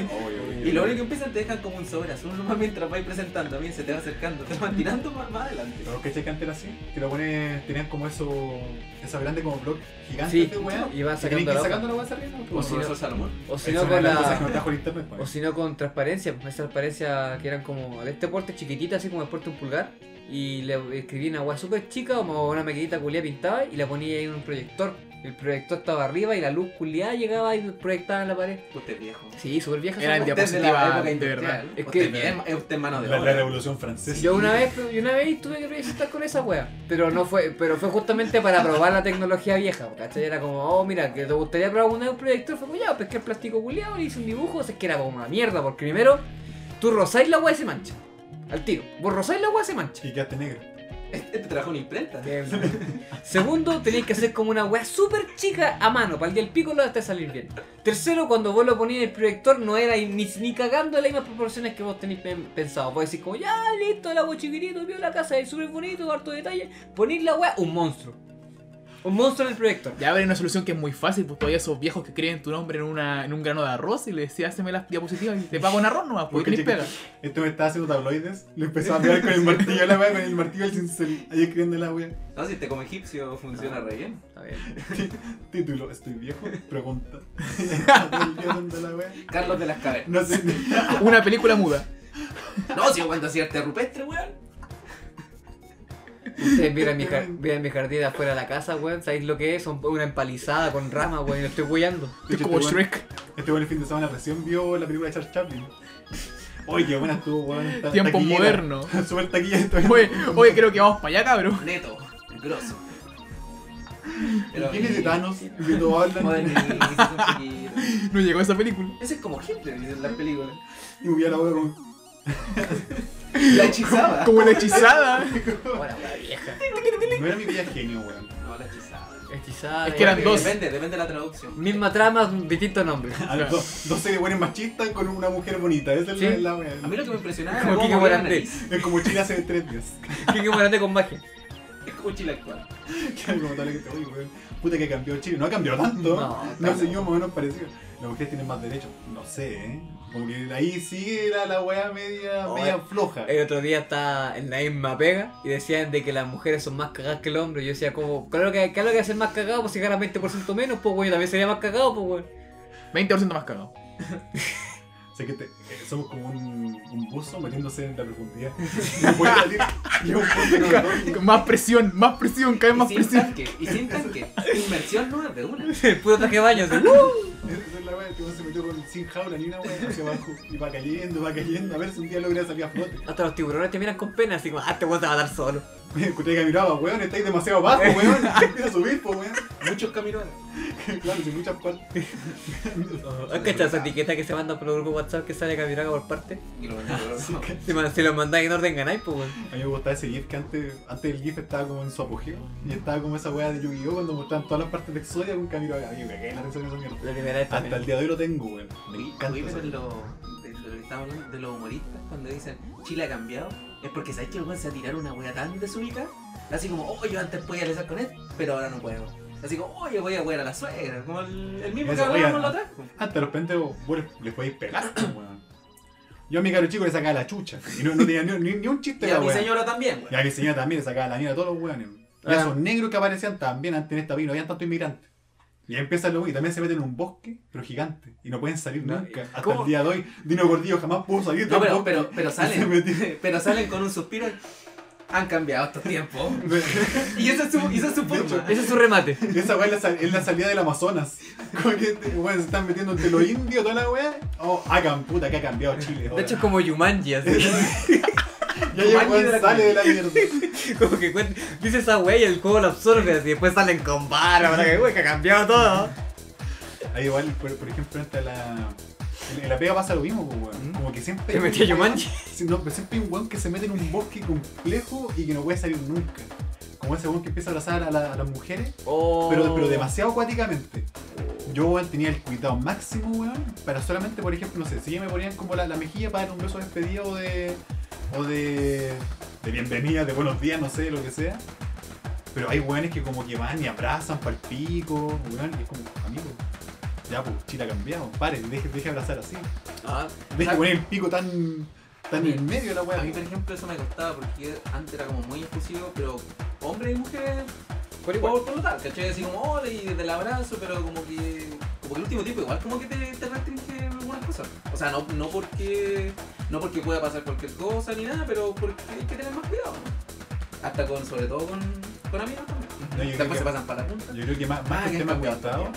C: Y lo único que empiezan te dejan como un sobre azul nomás mientras vais presentando, a mí se te va acercando, te van tirando más, más adelante.
B: Pero que que antes era así, que lo pone, tenían como eso, esos grandes como bloques gigantes
D: Sí,
B: de weá.
D: y van
B: que tenían
D: sacando
B: que
D: la
B: ir
D: hoja.
B: sacando la weá hacia arriba.
C: Como
B: pues.
D: si no-
C: profesor Salomón.
D: O
B: Esa
D: si no
B: es una
D: con
B: de las cosas que
D: la.
B: no trajo el internet, pues.
D: O si no con transparencia, pues, esa transparencia que eran como de este porte chiquitita, así como el porte un pulgar. Y le escribí una agua súper chica, como una maquinita culiada pintada, y la ponía ahí en un proyector. El proyector estaba arriba y la luz culiada llegaba y proyectaba en la pared.
C: Usted es viejo.
D: Sí, súper vieja. esa
A: Era
D: agua.
A: el
C: Usted es de la
A: Diapositiva,
C: época
A: de
C: industrial.
A: verdad.
D: Es
C: Usted
D: que-
C: bien- es usted mano de
B: La, la
C: obra.
B: revolución francesa.
D: Yo una vez, yo una vez tuve que presentar con esa wea, pero no fue, pero fue justamente para probar la tecnología vieja, ¿cachai? Era como, oh mira, que te gustaría probar un nuevo proyector, fue como ya, pesqué el plástico culiado, le hice un dibujo, o sea, es que era como una mierda, porque primero, tú rozáis la wea y se mancha. Al tiro, vos rozáis la wea y se mancha.
B: Y quedaste negro.
C: Este trabaja en una imprenta.
D: Segundo, tenéis que hacer como una weá súper chica a mano, para el día del pico lo hasta salir bien. Tercero, cuando vos lo ponías en el proyector, no era ni, ni cagando las mismas proporciones que vos tenéis pen- pensado. Vos decís como, ya, listo, el agua chiquitito, vio la casa, es súper bonito, harto detalle. Ponís la weá, un monstruo. Un monstruo en el proyector.
A: Ya ver una solución que es muy fácil, pues todavía esos viejos que escriben tu nombre en, una, en un grano de arroz y le decías, hazme las diapositivas y te pago un arroz nomás, porque ni
B: Porque
A: pega.
B: Este me estaba haciendo tabloides, le empezó a pegar con el martillo a la wea, con el martillo al cincel, ahí escribiendo la wea.
C: No, si este como egipcio funciona re bien.
D: Está bien.
B: Título, ¿estoy viejo? Pregunta.
C: Carlos de las Cavernas.
B: No sé.
A: Una película muda.
C: No, si yo cuando hacía arte rupestre, weón.
D: Ustedes vieran mi, jar- vieran mi jardín de afuera de la casa, weón. ¿Sabéis lo que es? Son una empalizada con ramas, weón, y lo estoy cuidando.
A: Es
B: De hecho,
A: como
B: este weón-
A: Shrek.
B: Este buen el fin de semana recién vio la película de Charles Chaplin. Oye, qué buena estuvo, weón. ta-
A: Tiempo
B: taquillera.
A: moderno.
B: Súper taquilla esto.
A: Oye, oye, creo que vamos para allá, cabrón.
C: Neto, grosso.
B: ¿Quién es de Thanos? Y que todos hablan.
C: Moderniza un poquito.
A: No llegó esa película.
C: Ese es como Hitler, dicen las películas.
B: Y movía la boca con.
C: La hechizada.
A: Como la hechizada.
D: Ahora, weá vieja.
B: No era mi villa genio, weón.
C: No, la hechizada.
D: Hechizada.
A: Es que
D: weón.
A: eran dos.
C: Depende, depende de la traducción.
D: Misma trama, distinto nombre.
B: A los dos, dos seres buenos machistas con una mujer bonita. Esa es la-
D: Sí.
B: la wea.
C: A mí lo que me impresionaba
D: Como
C: era cómo
D: Kike
C: movía la
D: Morandé.
C: nariz.
B: Es como Chile hace tres días.
D: Kike Morandé con magia.
C: Es como Chile actual.
B: Que algo tal que te oye, weón. Puta que cambió Chile. No ha cambiado tanto. ¿eh?
D: No,
B: No
D: claro.
B: sé, yo más o menos parecido. Las mujeres tienen más derechos. No sé, ¿eh? Como que ahí sigue la, la weá media,
D: Oh,
B: media floja.
D: El otro día estaba en la misma pega y decían de que las mujeres son más cagadas que el hombre. Yo decía, como, claro que, claro que hacen más cagado, pues si ganas 20% menos, pues güey, también sería más cagado, pues güey.
A: 20% más cagado.
B: O sea que te- eh, somos como un, un buzo metiéndose en la profundidad. No puede salir. Y es un punto que no retorna.
A: Con Más presión, más presión, cada vez
C: Y
A: más
C: sin
A: presión.
C: tanque, y sin tanque. Inmersión no es de una.
D: Puro traje de baño, así, ¡uh!
B: Esa es la wea, el tipo se metió con, sin jaula ni una wea hacia abajo. Y va cayendo, va cayendo, a ver si un día logra salir a flote.
D: Hasta los tiburones te miran con pena, así como, ah, te vas a matar solo.
B: Escuché que miraba, weón, estáis demasiado bajo, weón. Empieza a subir, po, weón.
C: Muchos caminos.
B: Claro, sin muchas partes.
D: ¿Has cachado esa etiqueta que se manda por el grupo WhatsApp que sale Camiranga por parte?
C: Y lo mandé por otro lado.
D: Si, man- si lo mandáis en orden ganáis, pues weón.
B: A mí me gustaba ese GIF que antes, antes el GIF estaba como en su apogeo. Y estaba como esa wea de Yu-Gi-Oh! cuando mostraban todas las partes de Exodia con Camilo. A mí me cagué en la risa con esa mierda.
D: La primera vez
B: Hasta el
D: también.
B: día de hoy lo tengo, weón. Me
C: Oye,
B: encanta
C: oye,
B: esa
C: pero
B: wea.
C: lo, de, de lo que estamos hablando, de los humoristas, cuando dicen Chile ha cambiado, es porque sabes que el weón se va a tirar una wea tan desubicada, así como, oh, yo antes podía rezar con él, pero ahora no puedo. Así como, oh, yo voy a wear a la suegra, como el, el mismo que
B: Eso,
C: hablábamos
B: oigan,
C: la otra vez.
B: Hasta de repente vos les podéis pegar, po, weón. Yo a mi caro chico le sacaba la chucha. Y no, no tenía ni, ni- ni un chiste
C: Y
B: la
C: a mi
B: wea.
C: señora también, weón.
B: Y a mi señora también le sacaba la mierda a todos los weones. Y a
D: Ah.
B: esos negros que aparecían también antes en esta vida, no habían tanto inmigrantes. Y ahí empiezan los y también se meten en un bosque, pero gigante. Y no pueden salir
D: No,
B: nunca. Hasta
D: ¿cómo?
B: el día de hoy, Dino Gordillo jamás pudo salir de
C: No,
B: un
C: pero,
B: bosque.
C: pero, pero
B: Y se
C: salen,
B: metió-
C: pero salen con un suspiro. Han cambiado estos tiempos.
B: De-
C: Y esa es su, y esa es su
B: De hecho,
C: forma.
D: Ese es su remate.
B: Esa weá es la, sal- es la salida del Amazonas. Como que weón, se están metiendo entre los indios, toda la weá. Oh, hagan puta que ha cambiado Chile.
D: De hecho, es como Yumanji, así.
B: ya llega
C: Manny de la
B: weón, sale de la mierda.
D: como que cuen- dice esa wey y el juego lo absorbe, así. Después salen con vara, para que, wey, que ha cambiado todo.
B: Ahí Ah, igual, por, por ejemplo, hasta la. En, en la pega pasa lo mismo, pues, weón. Como que siempre.
D: Mm. Te
B: hay
D: metí a
B: un weón-
D: Jumanji.
B: sí, No, pero siempre hay un weón que se mete en un bosque complejo y que no puede salir nunca. Como ese weón que empieza a abrazar a, la- a las mujeres,
D: Oh.
B: pero, pero demasiado acuáticamente. Yo weón, tenía el cuidado máximo, weón, para solamente, por ejemplo, no sé, si ya me ponían como la, la mejilla para dar un beso de despedida o de. o de. de bienvenida, de buenos días, no sé, lo que sea. Pero hay weones que como que van y abrazan para el pico, weón, y es como, amigo, ya pues, chile ha cambiado, pare, deje, deje abrazar así.
D: Ah,
B: Deje
C: Ah.
B: poner el pico tan. tan en medio de la
C: A
B: weá.
C: mí, por ejemplo, eso me costaba porque yo antes era como muy impulsivo, pero hombres y mujeres
D: por igual.
C: por, por lo tal, ¿cachai? Así como hola y desde el abrazo, pero como que. Como que el último tiempo igual como que te, te restringe algunas cosas. O sea, no, no porque. No porque pueda pasar cualquier cosa ni nada, pero porque hay que tener más cuidado. ¿no? Hasta con, sobre todo con, con amigos también.
B: No, yo creo
C: Después
B: que-
C: se pasan para la punta.
B: Yo creo que más, más
C: Ah,
B: que
C: que
B: un tema
C: está bueno,
B: cuidado,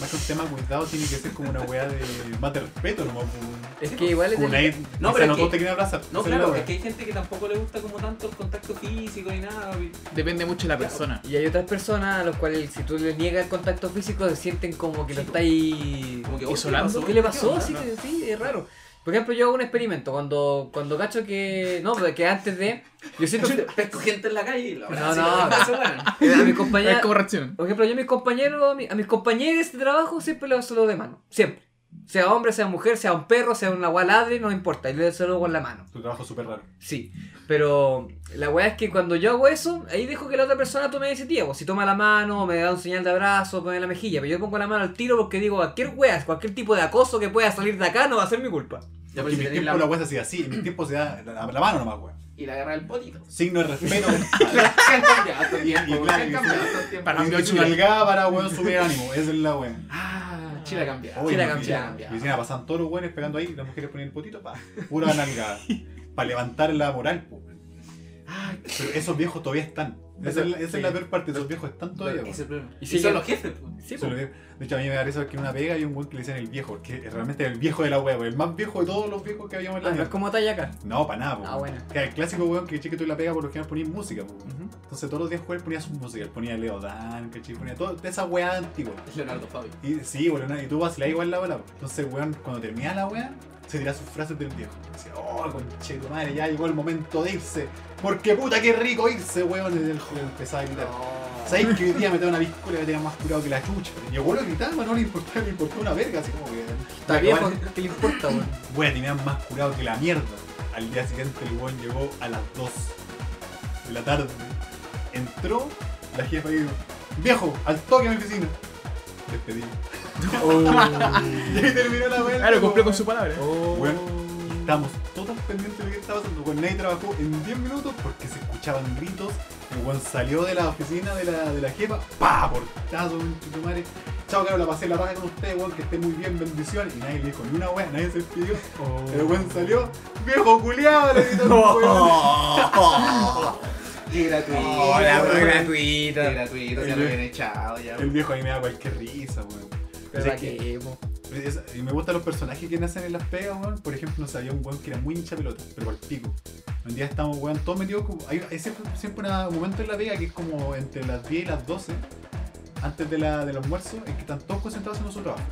B: más que un tema cuidado tiene que ser como una weá de. más de respeto nomás, pues, weón.
D: Es que igual es
B: Como
D: el-
B: nadie,
C: No,
B: no, pero
C: pero
B: no
C: es que-
B: todos te quieren abrazar. Esa
C: No,
B: es la
C: claro,
B: wea.
C: es que hay gente que tampoco le gusta como tanto el contacto físico ni nada. y-
A: Depende mucho de la persona.
D: Y hay otras personas a las cuales si tú les niegas el contacto físico se sienten como que lo
C: Sí,
D: estáis...
C: Como que, "Oh,
A: Isolando.
C: pasó?
D: ¿Qué le pasó?
C: onda?
D: Sí, que- sí, es raro. Por ejemplo, yo hago un experimento cuando, cuando cacho que... No, porque antes de... Yo siempre...
C: Pesco gente en la calle y la
D: No,
C: abrazo,
D: no.
C: y la abrazo, weón.
D: A mi
A: Es
D: compañera...
A: como reacción.
D: Por ejemplo, yo a mis compañeros, a mi- a mis compañeros de trabajo siempre les saludo de mano. Siempre. Sea hombre, sea mujer, sea un perro, sea una gualadre, no importa. Yo les saludo con la mano.
B: Tu trabajo es súper raro.
D: Sí, pero la weá es que cuando yo hago eso, ahí dejo que la otra persona tome iniciativa. pues, Si toma la mano, me da un señal de abrazo, me da la mejilla, pero yo pongo la mano al tiro porque digo, cualquier weá, cualquier tipo de acoso que pueda salir de acá no va a ser mi culpa.
B: Porque
C: Ya, pero Pues
B: en
C: si
B: mi
C: tenés
B: tiempo
C: la-
B: la, wea se hacía así, en mi tiempo se da la, la mano nomás, weón.
C: Y la agarra el potito.
B: Signo de respeto.
C: ¿Qué han cambiado estos
B: Y
C: tiempos? ¿Qué
B: claro,
C: han
B: y-
C: cambiado estos tiempos?
A: Para-
B: Y su nalgada para weón subir el ánimo, esa es la wea.
C: Ah, Chile ha cambiado.
B: Oye,
D: Sí, la
B: mi
D: cambié,
B: vecina-
C: la cambié.
B: mi vecina pasaban todos los weones pegando ahí, las mujeres ponían el potito, pa, pura nalgada. para levantar la moral, po, weón.
C: Ah,
B: Pero esos viejos todavía están. Esa es la, esa es la peor parte, esos viejos están todavía,
C: ese
B: weón.
C: es el problema.
D: Y
C: Y,
D: sigue-
C: son los jefes, pues.
D: Sí,
B: Son los viejos. De hecho, a mí me da risa que en una pega hay un weón que le dicen el viejo, porque es realmente el viejo de la wea, weón, el más viejo de todos los viejos que
C: Ah,
B: habíamos en la
D: Ah, no es
B: mierda.
D: como talla acá.
B: No, para nada, po.
D: Ah, bueno.
B: Era el clásico weón que cheque tú y la pega por lo general ponía música, po. Entonces todos los días jueves ponía su música, ponía Leo Dan, ¿cachai? Ponía toda esa weá antigua.
C: Leonardo Fabio.
B: Y sí, bueno, y tú vacilás igual la bola. po. Entonces, weón, cuando terminaba la weá, se tiraba sus frases del viejo. Decía, oh, conche tu madre, ya llegó el momento de irse. Porque puta, qué rico irse, weón. Y el joven empezaba a gritar. ¿Sabéis que hoy día me da una piscola que tenía más curado que la chucha? Y el weón gritaba, no le importaba, le importaba una verga, así como que.
D: Está viejo, ¿qué le importa, weón?
B: Weón, tenía más curado que la mierda. Al día siguiente el weón llegó a las 2 de la tarde. Entró, la jefa dijo, viejo, al toque a mi oficina. Despedido. Y ahí terminó la weá.
A: Claro, cumplió con su palabra.
B: Weón, estamos todos pendientes de lo que estaba pasando. Weón, nadie trabajó en 10 minutos porque se escuchaban gritos. El weón salió de la oficina de la, de la jefa. ¡Pah! Portazo, weón, madre. Chao, claro, la pasé la paja con ustedes, weón, que esté muy bien, bendiciones. Y nadie le dijo ni una weá, nadie se despidió. El weón salió, viejo culiado, le gritó el weón.
C: Qué gratuito.
B: Oh, la
C: weón.
B: weá
C: Qué
D: gratuita.
C: gratuito,
B: El
C: ya lo
B: weón.
C: habían echado ya.
B: El viejo ahí me da cualquier risa, weón.
D: Pero
B: Así
D: pa'
B: que-
D: qué, po.
B: Es- y me gustan los personajes que nacen en las pegas, weón. Por ejemplo, no sabía un weón que era muy hincha pelota, pero al pico. Un día estamos, weón, todos metidos. como- Hay, hay siempre, siempre una- un momento en la pega que es como entre las 10 y las 12, antes de la, del almuerzo, en que están todos concentrados en su trabajo.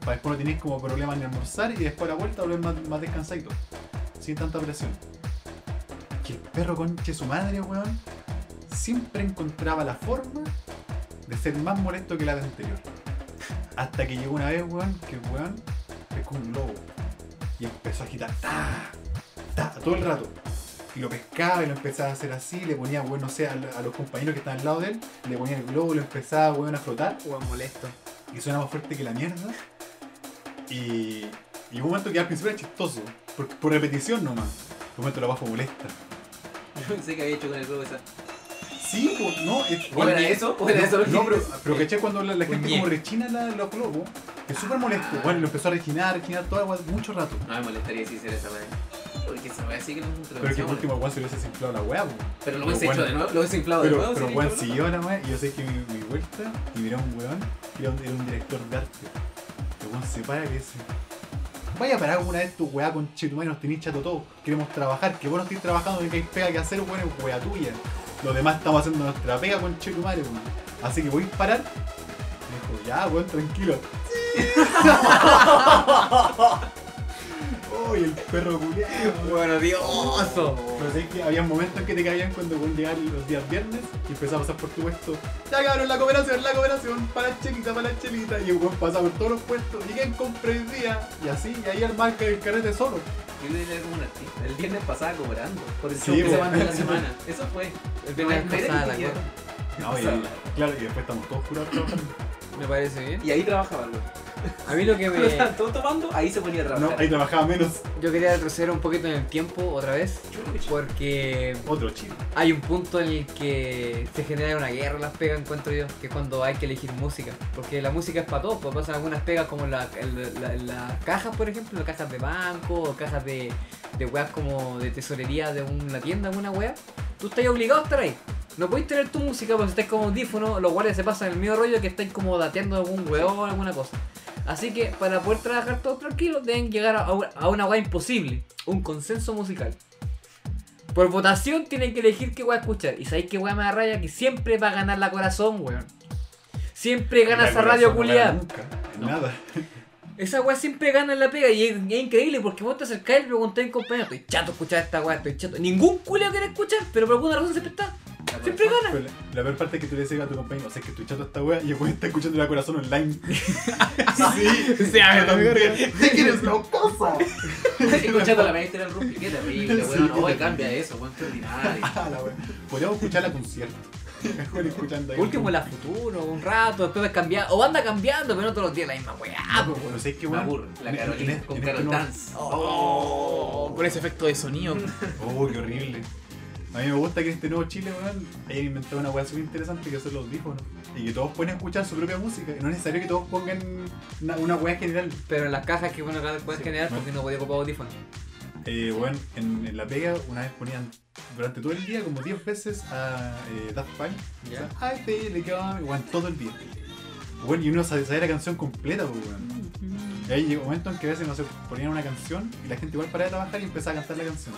B: Para después no tenéis como problemas ni almorzar y después a la vuelta volver más, más descansadito, sin tanta presión. Que el perro conche su madre, weón, siempre encontraba la forma de ser más molesto que la vez anterior. Hasta que llegó una vez, weón, que el weón pescó un globo. Y empezó a agitar. ¡Ta! ¡Ta! Todo el rato. Y lo pescaba y lo empezaba a hacer así. Le ponía, weón, no sé, a, a los compañeros que estaban al lado de él. Le ponía el globo, lo empezaba, weón, a flotar.
D: Weón molesto.
B: Y suena más fuerte que la mierda. Y, y hubo un momento que al principio era chistoso. Por, por repetición nomás. Un momento la bajo molesta.
C: Yo pensé que había hecho con el globo esa.
B: Sí, pues, no, es,
C: ¿O era eso? ¿O era
B: no,
C: eso lo que-
B: no, pero, pero caché cuando la, la gente
C: Uñé.
B: como rechina la- los globos, que es súper molesto. Bueno, lo empezó a rechinar, rechinar todo agua mucho rato.
C: No me molestaría si hiciera esa weá. Porque esa weá sí que no es un
B: Pero que el
C: trabajo.
B: último weón se hubiese desinflado la weá, po.
C: Pero
B: pero
C: lo hubiese hecho
B: bueno.
C: de nuevo, lo hubiese inflado de
B: Pero,
C: nuevo.
B: pero
C: sí,
B: weón
C: cabrón.
B: siguió la weá y yo sé que mi, mi vuelta y miré a un weón que era un, era un director de arte. El weón se para y le dice, vaya a parar alguna vez tu weá con chetumay, nos tenéis chato todo, queremos trabajar, que vos no estés trabajando, que hay pega que hacer, weón, es weá tuya. Los demás estamos haciendo nuestra pega con chetumay, weón. Así que voy a parar. Me dijo, ya weón, tranquilo. Uy, el perro culiado.
D: Bueno, odioso.
B: Pero sé que había momentos que te caían cuando weón, llegaban los días viernes y empezaba a pasar por tu puesto. Ya cabrón, la cooperación, la cooperación, para la chelita, para la chelita. Y el weón pasaba por todos los puestos. Y quién compró el día. Y así, y ahí armaba el carrete solo.
C: Yo creo que era como un artista. El viernes pasaba cobrando. Por el
B: Sí,
C: show que se
B: weón.
C: mandó en la semana. Eso fue.
D: El
C: De
D: tema es
C: las
D: que
C: mujeres
D: pasaba la
C: que
D: cosa.
B: No, y,
C: Pasaba.
B: claro, y después estamos todos curados trabajando.
D: Me parece bien.
C: Y ahí trabajaba, weón.
D: A mí lo que
C: Cuando
D: me.
C: estaban todos tomando, ahí se ponía a
B: No, eh.
C: trabajar.
B: ahí trabajaba menos
D: Yo quería retroceder un poquito en el tiempo otra vez. Porque
B: otro chico.
D: hay un punto en el que se genera una guerra en las pegas, encuentro yo, que es cuando hay que elegir música. Porque la música es para todos, pues pasan algunas pegas como la- el- la- las cajas, por ejemplo, cajas de banco, o cajas de, de weas como de tesorería de una tienda, alguna wea. Tú estás obligado a estar ahí. No podéis tener tu música porque si estás como audífono, los cuales se pasan el mismo rollo que estáis como dateando algún weón, alguna cosa. Así que para poder trabajar todos tranquilos deben llegar a, a una weá imposible, un consenso musical. Por votación tienen que elegir qué weá escuchar. Y sabéis qué weá me da raya que siempre va a ganar la corazón, weón. Siempre gana
B: Y
D: esa
B: la
D: radio
B: corazón no gana
D: culiada.
B: Nunca,
D: No.
B: nada.
D: Esa weá siempre gana en la pega y es, es increíble porque vos te acercás y le preguntás a un compañero, estoy chato de escuchar esta weá, estoy chato. Ningún culo quiere escuchar, pero por alguna razón siempre está. Siempre gana.
B: Pero la, la peor parte es que tú le decías a tu compañero, o sea, es que estoy chato esta wea y el weón está escuchando la corazón online. sí,
A: O sea,
B: yo también.
A: ¿Qué quieres, loco?
C: Escuchando la maestra del rugby, qué terrible,
B: Sí,
C: weón.
B: qué
C: No,
B: terrible.
C: cambia eso, weón, qué ordinario.
B: Ah, la wea. Podríamos escuchar la concierto. El weón escuchando ahí.
D: Último la futuro, un rato, después va cambiando. O anda cambiando, pero no todos los días la misma weá, po,
B: Pero
D: weón.
B: pues, sé que
C: Ah, Me
B: weón.
C: aburro. La
B: en- en-
C: Carolina
B: en
C: con
B: este
C: Carol
B: no-
C: Dance.
A: Oh, con ese efecto de sonido.
B: Oh, qué horrible. A mí me gusta que en este nuevo Chile, weón, hayan inventado una weá súper interesante que son los audífonos. Y que todos pueden escuchar su propia música. Y no es necesario que todos pongan una, una weá general.
D: Pero en las cajas que bueno cada puedes generar porque no podía ocupar audífonos.
B: Eh, weón, en, en la pega una vez ponían durante todo el día como 10 veces a eh, Daft Punk.
D: Ya.
B: O sea, I feel like I'm- weón, todo el día. Weón, y uno sabía sabía la canción completa, pues, weón. Y ahí llegó un momento en que a veces no se ponían una canción y la gente igual paraba de trabajar y empezaba a cantar la canción.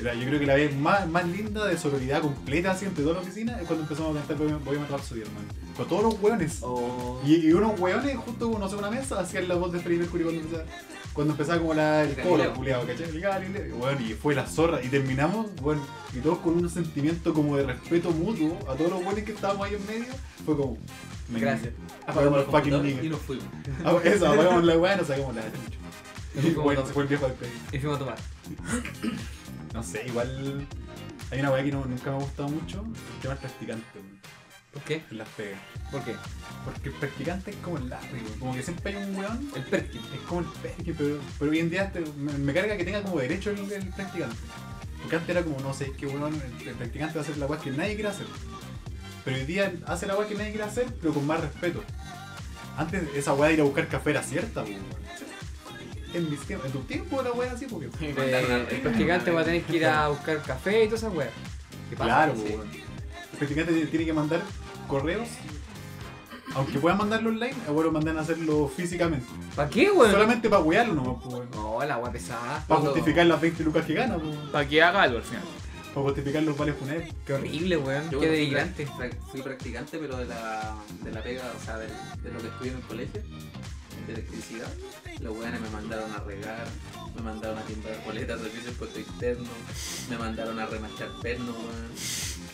B: Era, yo creo que la vez más, más linda de sororidad completa así entre toda la oficina es cuando empezamos a cantar Bohemian Bohemian Rhapsody, hermano. Con todos los hueones.
C: Oh.
B: Y, y unos hueones justo, no sé, una mesa hacían la voz de Freddie Mercury cuando empezaba, cuando empezaba como la, el coro,
C: Galileo.
B: culiado, ¿cachai? El Galileo. Bueno, y fue la zorra. Y terminamos, bueno, y todos con un sentimiento como de respeto mutuo a todos los hueones que estábamos ahí en medio. Fue como... "Mm,
D: Gracias.
B: Apagamos los
C: el
B: fucking
C: computador
B: niggas.
C: Y nos fuimos.
B: Ah, Eso, apagamos la weá, nos sacamos la chucha.
D: Nos
B: Bueno,
D: fuimos
B: se fue el viejo al pedo.
D: Y fuimos a tomar.
B: No sé, igual. Hay una weá que no- nunca me ha gustado mucho, el tema del practicante, weón,
D: ¿Por qué?
B: en las pegas.
D: ¿Por qué?
B: Porque el practicante es como el lápiz, weón, como que siempre hay un weón,
D: El Perkin.
B: es como el perky, pero, pero hoy en día este- me, me carga que tenga como derecho el, el practicante. Porque antes era como, no sé, es que weón, el, el practicante va a hacer la weá que nadie quiere hacer. Pero hoy día hace la weá que nadie quiere hacer, pero con más respeto. Antes esa weá de ir a buscar café era cierta, weón. En, mis tiempos- en tu tiempo era weá así, porque.
D: Eh, el practicante va a tener que ir a buscar café y todas esas weas. ¿Qué pasa?
B: Claro,
D: Sí.
B: weón. El practicante tiene que mandar correos a Aunque puedan mandarlo online, ahora lo mandan a hacerlo físicamente.
D: ¿Para qué, weón?
B: Solamente para wearlo nomás, pues, weón.
D: No, la agua pesada.
B: Para
D: Cuando-
B: justificar las 20 lucas que gana, pues, weón.
A: Para que haga algo al final.
B: para justificar los vales funerarios.
D: Qué horrible, weón.
C: Yo
D: Qué
C: bueno, fui
D: denigrante.
C: prac- prac- Fui practicante, pero de la, de la pega, o sea, de, de lo que estudié en el colegio, de electricidad. Los weones me mandaron a regar, me mandaron a timbrar boletas, servicios puesto interno, me mandaron a remachar pernos, weón.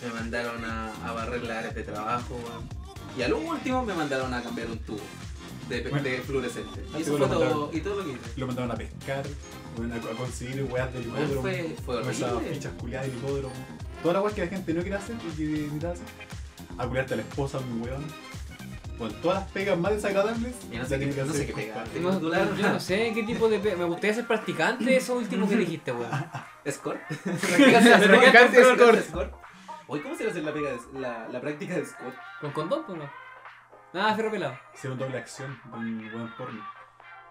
C: Me mandaron a, a barrer las áreas de trabajo, weón. Y a lo último me mandaron a cambiar un tubo de, pe-
B: Bueno.
C: de fluorescente.
B: Ah,
C: Y
B: sí,
C: eso fue
B: lo
C: todo,
B: mandaron.
C: y todo lo que hice.
B: Lo mandaron a pescar, weón, a, a conseguir weas del
C: Weón,
B: hipódromo.
C: fue, fue
B: Con esas
C: horrible.
B: fichas culiadas del hipódromo. Toda la weas que la gente no quiere hacer y que necesita hacer. A culiarte a la esposa de un weón. Bueno, todas las pegas más desagradables.
C: Y no
B: ya
C: sé qué,
B: tiene
C: no sé
B: hacer
C: qué
B: compadre.
C: pegar.
D: No, no, yo no sé qué tipo de. pe- Me gustaría ser practicante de eso último que dijiste, weón.
C: ¿Escort?
A: Practicante escort.
C: ¿Escort? Oye, ¿cómo se hace la, pega de- la, la práctica de escort?
D: ¿Con condón o no? Nada, ferro pelado.
B: Hicieron doble acción de un weón porno.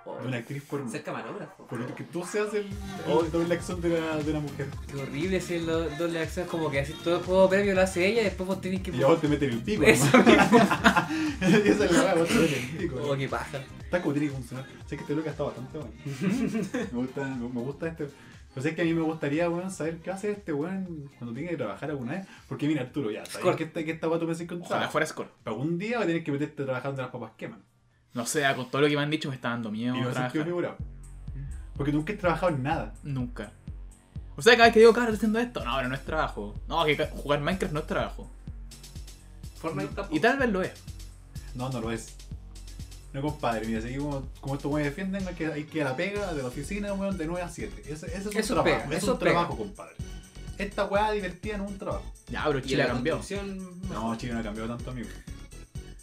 C: Oh,
B: De una actriz porno.
C: ser camarógrafo.
B: Por lo que tú seas el,
D: Oh.
B: el doble acción de una, de una mujer.
D: Qué horrible ese do- doble acción, como que así todo el juego previo lo hace ella y después vos tenés que.
B: Y a vos te meten el pico.
D: Eso
B: hermano. Esa es la weá, vos te meten el pico.
D: Oh, qué paja.
B: Está como tiene que funcionar. Sé que este loca está bastante bueno. me, gusta, me me gusta este. Pues es que a mí me gustaría, weón, saber qué hace este weón cuando tenga que trabajar alguna vez. Porque mira, Arturo, ya,
D: Score.
B: ¿sabes que esta, que esta weá tú me decís con
A: Ojalá
B: trabajo?
A: fuera score.
B: Pero un día va a tener que meterte trabajando en las papas queman.
A: No sé, con todo lo que me han dicho me está dando miedo
B: y no sé qué
A: trabajar.
B: figurado. Porque tú nunca has trabajado en nada.
A: Nunca. O sea, cada vez que digo, cara, estoy haciendo esto. No, pero no es trabajo. No, que ca- jugar Minecraft no es trabajo.
C: Fortnite tampoco.
A: Y tal vez lo es.
B: No, no lo es. No, compadre, mira, seguimos como estos weones defienden, hay que, hay que ir a la pega de la oficina, weón, de 9 a 7. Eso, eso es un
D: Eso
B: trabajo,
D: pega,
B: es
D: eso
B: un
D: pega.
B: trabajo, compadre. Esta weá divertida no es un trabajo.
A: Ya, pero
C: Y
A: Chile
C: la
A: ha cambiado.
C: construcción...
B: No, Chile no ha cambiado tanto, amigo.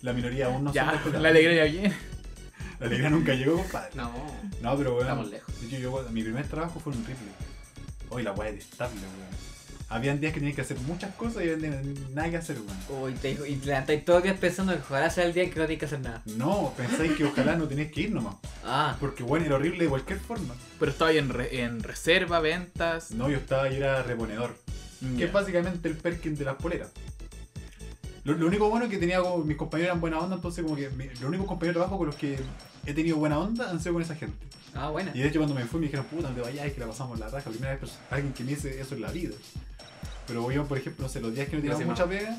B: La minoría aún no
A: Ya,
B: se ha
A: la alegría ya viene.
B: La alegría nunca llegó, compadre.
C: No.
B: No, pero weón.
C: Estamos lejos.
B: de hecho, yo, mi primer trabajo fue en un triple. Hoy la weá es estable, weón. Habían días que tenías que hacer muchas cosas y habían días que no tenías nada que hacer, weón.
D: Oh, y te, y te levantáis todos los días pensando que ojalá sea el día que no tenés que hacer nada.
B: No, pensáis que ojalá no tenías que ir nomás.
D: Ah,
B: Porque, bueno, era horrible de cualquier forma.
A: Pero estaba ahí en, re- en reserva, ventas.
B: No, yo estaba y era reponedor. Que
A: Ya.
B: es básicamente el Perkin de las poleras. Lo, lo único bueno que tenía como mis compañeros eran buena onda, entonces como que mi- los únicos compañeros de trabajo con los que he tenido buena onda han sido con esa gente.
D: ah, buena.
B: Y de hecho cuando me fui me dijeron, puta, no te vayas, que la pasamos la raja. Primera vez pers- alguien que me dice eso en la vida. Pero yo, por ejemplo, no sé, los días que no tenía
C: Gracias,
B: mucha pega,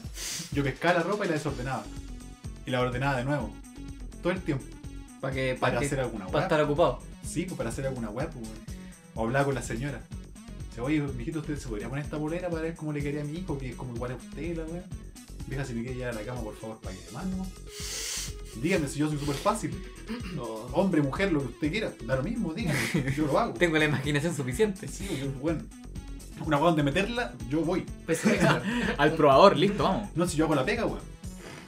B: yo pescaba la ropa y la desordenaba. Y la ordenaba de nuevo. Todo el tiempo.
D: Para que,
B: Para
D: para que,
B: hacer alguna
D: para
B: weá.
D: estar ocupado.
B: Sí, pues para hacer alguna weá, pues, weón. O hablar con la señora. Dice, oye, mijito, usted se podría poner esta polera para ver cómo le quería a mi hijo, que es como igual a usted, la weá. Vieja, si me quiere llevar a la cama, por favor, para que le mando. Dígame si yo soy súper fácil. Hombre, mujer, lo que usted quiera, da lo mismo, dígame. Yo lo hago.
D: Tengo la imaginación suficiente.
B: Este, Sí, yo, bueno. Una weá donde meterla, yo voy.
C: Peso extra.
A: Al probador, listo, vamos.
B: No, si yo hago la pega, weón.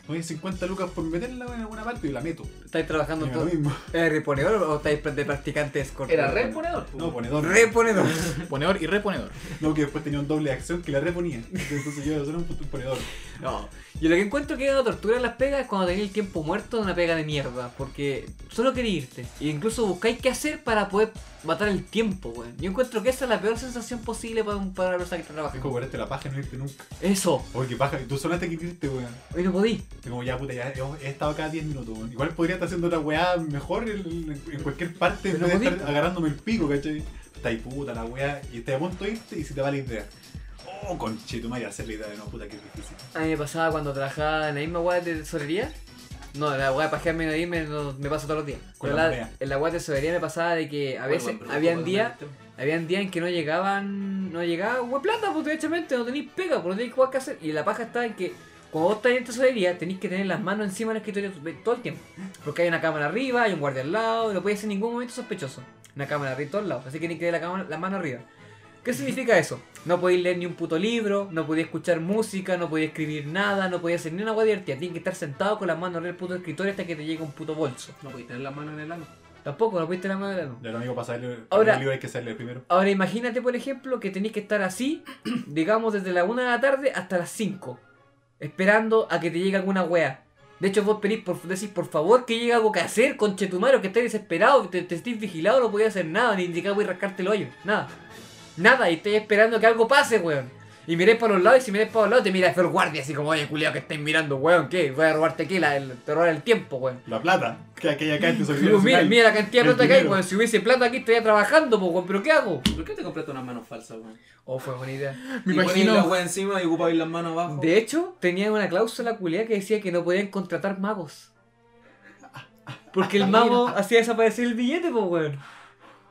B: No hay 50 lucas por meterla weón, en alguna parte y la meto.
D: ¿Estáis trabajando
B: Me da lo
D: todo?
B: mismo.
D: ¿Eres reponedor o estáis de practicante escort?
C: Era pues. reponedor.
B: No, pone dos.
D: Reponedor.
A: Ponedor y reponedor.
B: No, que después tenía un doble de acción que la reponía. Entonces yo era un puto ponedor.
D: No. Yo lo que encuentro que es una tortura en las pegas es cuando tenéis el tiempo muerto de una pega de mierda. Porque solo queréis irte. E incluso buscáis qué hacer para poder matar el tiempo, weón. Yo encuentro que esa es la peor sensación posible para, un, para una persona que trabaja.
B: Es como ponerte la paja y no irte nunca.
D: Eso.
B: Oye, qué paja, tú sonaste que irte, weón.
D: Hoy no podí.
B: Y Como ya, puta, ya he he estado acá 10 minutos, weón. Igual podría estar haciendo otra weá mejor en, en- en cualquier parte en
D: Pero
B: vez de
D: bonito.
B: estar agarrándome el pico, ¿cachai? Está ahí puta la weá y estás a punto de irte y se te va la idea. Oh, conchito, me voy a hacer la idea de no, puta, que es difícil.
D: A mí me pasaba cuando trabajaba en la misma weá de tesorería. No, la weá de pajearme ahí me, no- me pasa todos los días.
B: Con
D: Pero
B: la
D: la-
B: moneda.
D: en la weá de tesorería me pasaba de que a veces habían días habían días en que no llegaban, no llegaba wea plata, pues derechamente, no tenéis pega, pues no tenéis weá que hacer. Y la paja está en que cuando vos estáis en tesorería tenéis que tener las manos encima del escritorio todo el tiempo. Porque hay una cámara arriba, hay un guardia al lado, y no podéis en ningún momento sospechoso. Una cámara arriba en todos lados, así que tenéis que tener la, cámara- las manos arriba. ¿Qué significa eso? No podéis leer ni un puto libro, no podéis escuchar música, no podéis escribir nada, no podéis hacer ni una guardia divertida. Tienes que estar sentado con las manos arriba del puto escritorio hasta que te llegue un puto bolso.
C: No podéis tener las manos en el ano.
D: Tampoco, no podéis tener la mano en la mano.
B: Ya lo amigo para salir
D: Ahora-
B: el libro hay que salir primero.
D: Ahora imagínate, por ejemplo, que tenéis que estar así, digamos, desde la 1 de la tarde hasta las 5, esperando a que te llegue alguna wea. De hecho, vos pedís por, decís, por favor, que llegue algo que hacer, conchetumaro, que estés desesperado, te, te estés vigilado, no podías hacer nada, ni siquiera voy a rascarte el hoyo, nada. Nada, y estáis esperando que algo pase, weón. Y miráis para los lados y si miráis para los lados te mira el guardia así como, oye, culiao, que estáis mirando, weón, ¿qué? Voy a robarte aquí la, el terror del tiempo, weón.
B: La plata que hay acá en tu
D: Digo,
B: servidor
D: mira,
B: nacional.
D: mira la cantidad de
B: El
D: plata que hay,
B: dinero.
D: weón. Si hubiese plata aquí estaría trabajando, po, weón, pero ¿qué hago?
C: ¿Por qué te compraste unas manos falsas, weón?
D: Oh, fue buena idea.
A: Me
C: y ponéis la
A: imagino.
C: weá encima y ocupáis las manos abajo.
D: De hecho, tenía una cláusula culiada que decía que no podían contratar magos. Porque
C: Ah,
D: el mago hacía desaparecer el billete, pues, weón.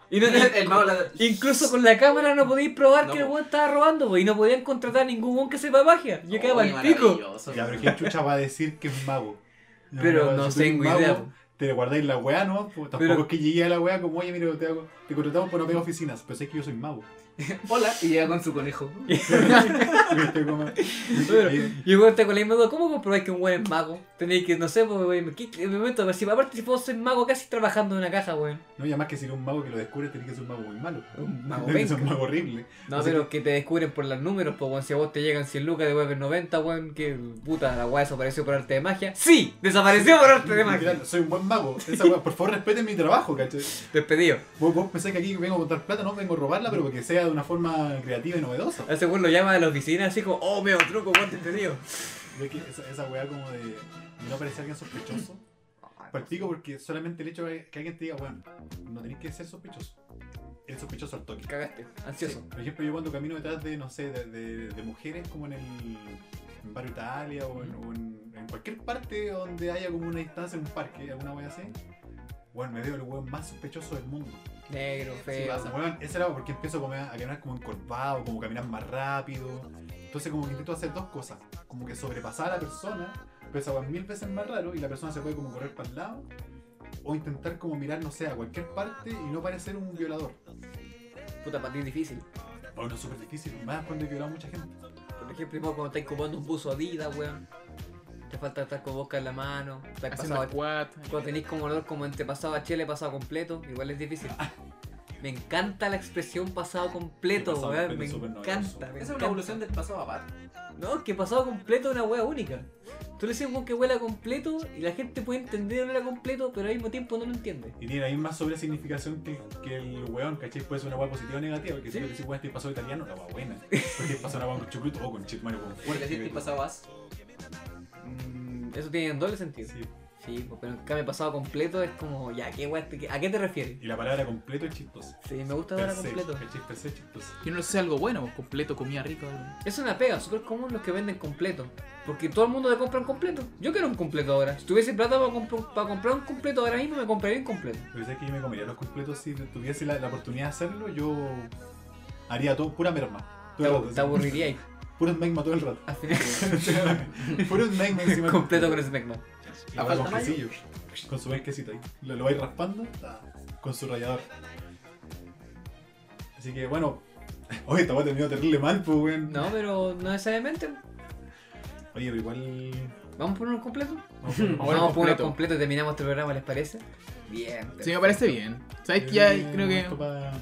D: Y no-
C: el mago la...
D: incluso con la cámara no podíais probar
C: No,
D: que el
C: po.
D: weón estaba robando, pues, y no podían contratar ningún weón que sepa magia. Yo quedaba
C: Oye,
D: al pico.
C: maravilloso,
B: Ya,
C: weón.
B: pero ¿quién chucha va a decir que es mago?
D: Pero
B: weón,
D: no
B: si tú eres
D: tengo
B: mago,
D: idea, po.
B: Te guardáis la weá, ¿no? Pues tampoco
D: Pero-
B: es que llegué a la weá como, oye, mira, te, hago, te contratamos por no pegar oficinas, pero sé que yo soy mago.
C: Hola, y llega con su conejo.
B: ¿Viste cómo?
D: Pero-
B: Ahí-
D: Y el weón está con la misma duda, ¿cómo comprobáis que un weón es mago? Tenéis que, no sé, pues, weón, ¿qué- qué- me meto, si, aparte si puedo ser mago casi trabajando en una caja, weón.
B: No, y además que si eres un mago que lo descubres, tenés que ser un mago muy malo.
D: Un mago
B: Tenés que ser
D: penca.
B: un mago horrible.
D: No,
B: Así
D: pero que te descubren por los números, pues, weón. Si a vos te llegan 100 lucas, te vuelven 90, weón. Que puta, la weá desapareció por arte de magia. ¡Sí! ¡Desapareció por arte de magia!
B: Literal, soy un buen mago. Esa weá, por favor, respeten mi trabajo, ¿cachai?
D: Despedido.
B: Vos, vos pensás que aquí vengo a contar plata, no vengo a robarla, pero que sea de una forma creativa y novedosa.
D: A ese weón lo llama a la oficina así como, oh, meo truco, weón, despedido.
B: Ve que esa, esa weá como de, de no parecer alguien sospechoso. Partigo porque solamente el hecho de que alguien te diga, bueno, no tenés que ser sospechoso. Eres sospechoso al toque.
D: Cagaste, ansioso.
B: Por ejemplo, yo cuando camino detrás de, no sé, de, de- de mujeres como en el en barrio Italia o, en, o en- en cualquier parte donde haya como una distancia en un parque, alguna wea así, bueno, me veo el weón más sospechoso del mundo.
D: Negro,
B: Sí,
D: feo.
B: pasa. Bueno, ese era porque empiezo como a, a caminar como encorvado, como caminar más rápido. Entonces como que intento hacer dos cosas. Como que sobrepasar a la persona, pero esa weá es mil veces más raro y la persona se puede como correr para el lado. O intentar como mirar, no sé, a cualquier parte y no parecer un violador.
D: Puta, para ti es difícil.
B: Bueno, es súper difícil, y más cuando he violado a mucha gente.
D: Por ejemplo, igual cuando estáis comprando un buzo Adidas, weón. Te falta estar con boca en la mano. Estáis
A: Haciendo
D: pasado
A: squat.
D: Cuando tenéis como olor como entre pasado a chile, pasado completo, igual es difícil.
B: Ah.
D: Me encanta la expresión pasado completo,
B: Sí, pasado
D: weón.
B: completo
D: Me
B: es súper
D: encanta.
B: novedoso.
D: me
C: Esa es una
D: encanta.
C: evolución del pasado aparte.
D: No, es que pasado completo es una wea única. Tú le dices como que huela completo y la gente puede entender el huela completo, pero al mismo tiempo no lo entiende.
B: Y tiene ahí más sobre significación que, que el weón, ¿cachai? Puede ser una weá positiva o negativa, porque
D: Sí.
B: si yo le decís, weón, este pasado italiano, la weá buena. Porque pasó una weá con chucrut o con chitmario con
C: Porque si
B: fuerte.
C: el pasado vas,
D: Mm, eso tiene doble sentido.
B: Sí.
D: Sí, pues, pero en cambio pasado completo es como, ya, ¿qué wea te- ¿a qué te refieres?
B: Y la palabra completo es chistosa.
D: Sí, me gusta la
B: Per se,
D: completo.
B: ¿cachai? Per se es chistosa.
A: Yo no sé algo bueno, completo, comida rica. algo.
D: Es una pega súper común los que venden completo. Porque todo el mundo le compra un completo. Yo quiero un completo ahora. Si tuviese plata para, comp- para comprar un completo ahora mismo, me compraría un completo.
B: Lo que es que yo me comería los completos si tuviese la, la oportunidad de hacerlo, yo haría todo, pura merma.
D: Te,
B: Todo el rato,
D: abu- te
B: así.
D: aburriría y
B: Puro smegma todo el rato.
D: al final
B: puro smegma encima. del
D: completo con
B: completo.
D: Smegma.
B: Y
C: ¿A
B: con
C: falta
B: los
C: mayo?
B: quesillos, Con su buen quesito ahí. Lo, lo vais raspando ah, con su rallador. Así que bueno. Oye, esta weá terminó terrible mal, pues weón.
D: No, pero no necesariamente.
B: Oye, pero igual.
D: Vamos por unos completos.
B: vamos por-
A: Ahora
D: Vamos por unos
A: completo.
D: completos y terminamos este programa, ¿les parece? Bien.
A: Sí, me parece bien.
B: Eh,
A: ¿Sabes que ya creo
B: Esto
A: que.
B: Para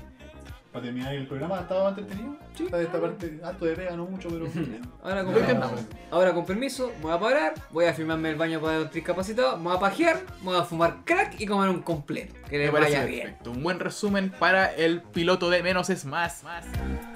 B: para terminar el programa, ha estado entretenido.
D: Sí.
B: Está de esta parte, harto de pega, no mucho, pero.
D: Ahora con,
A: Lo intentamos.
D: ahora con permiso, me voy a parar, voy a firmarme el baño para los discapacitados, me voy a pajear, me voy a fumar crack y comer un completo. Que
A: Me
D: les
A: parece
D: vaya bien.
A: perfecto. Un buen resumen para el piloto de Menos es más. más.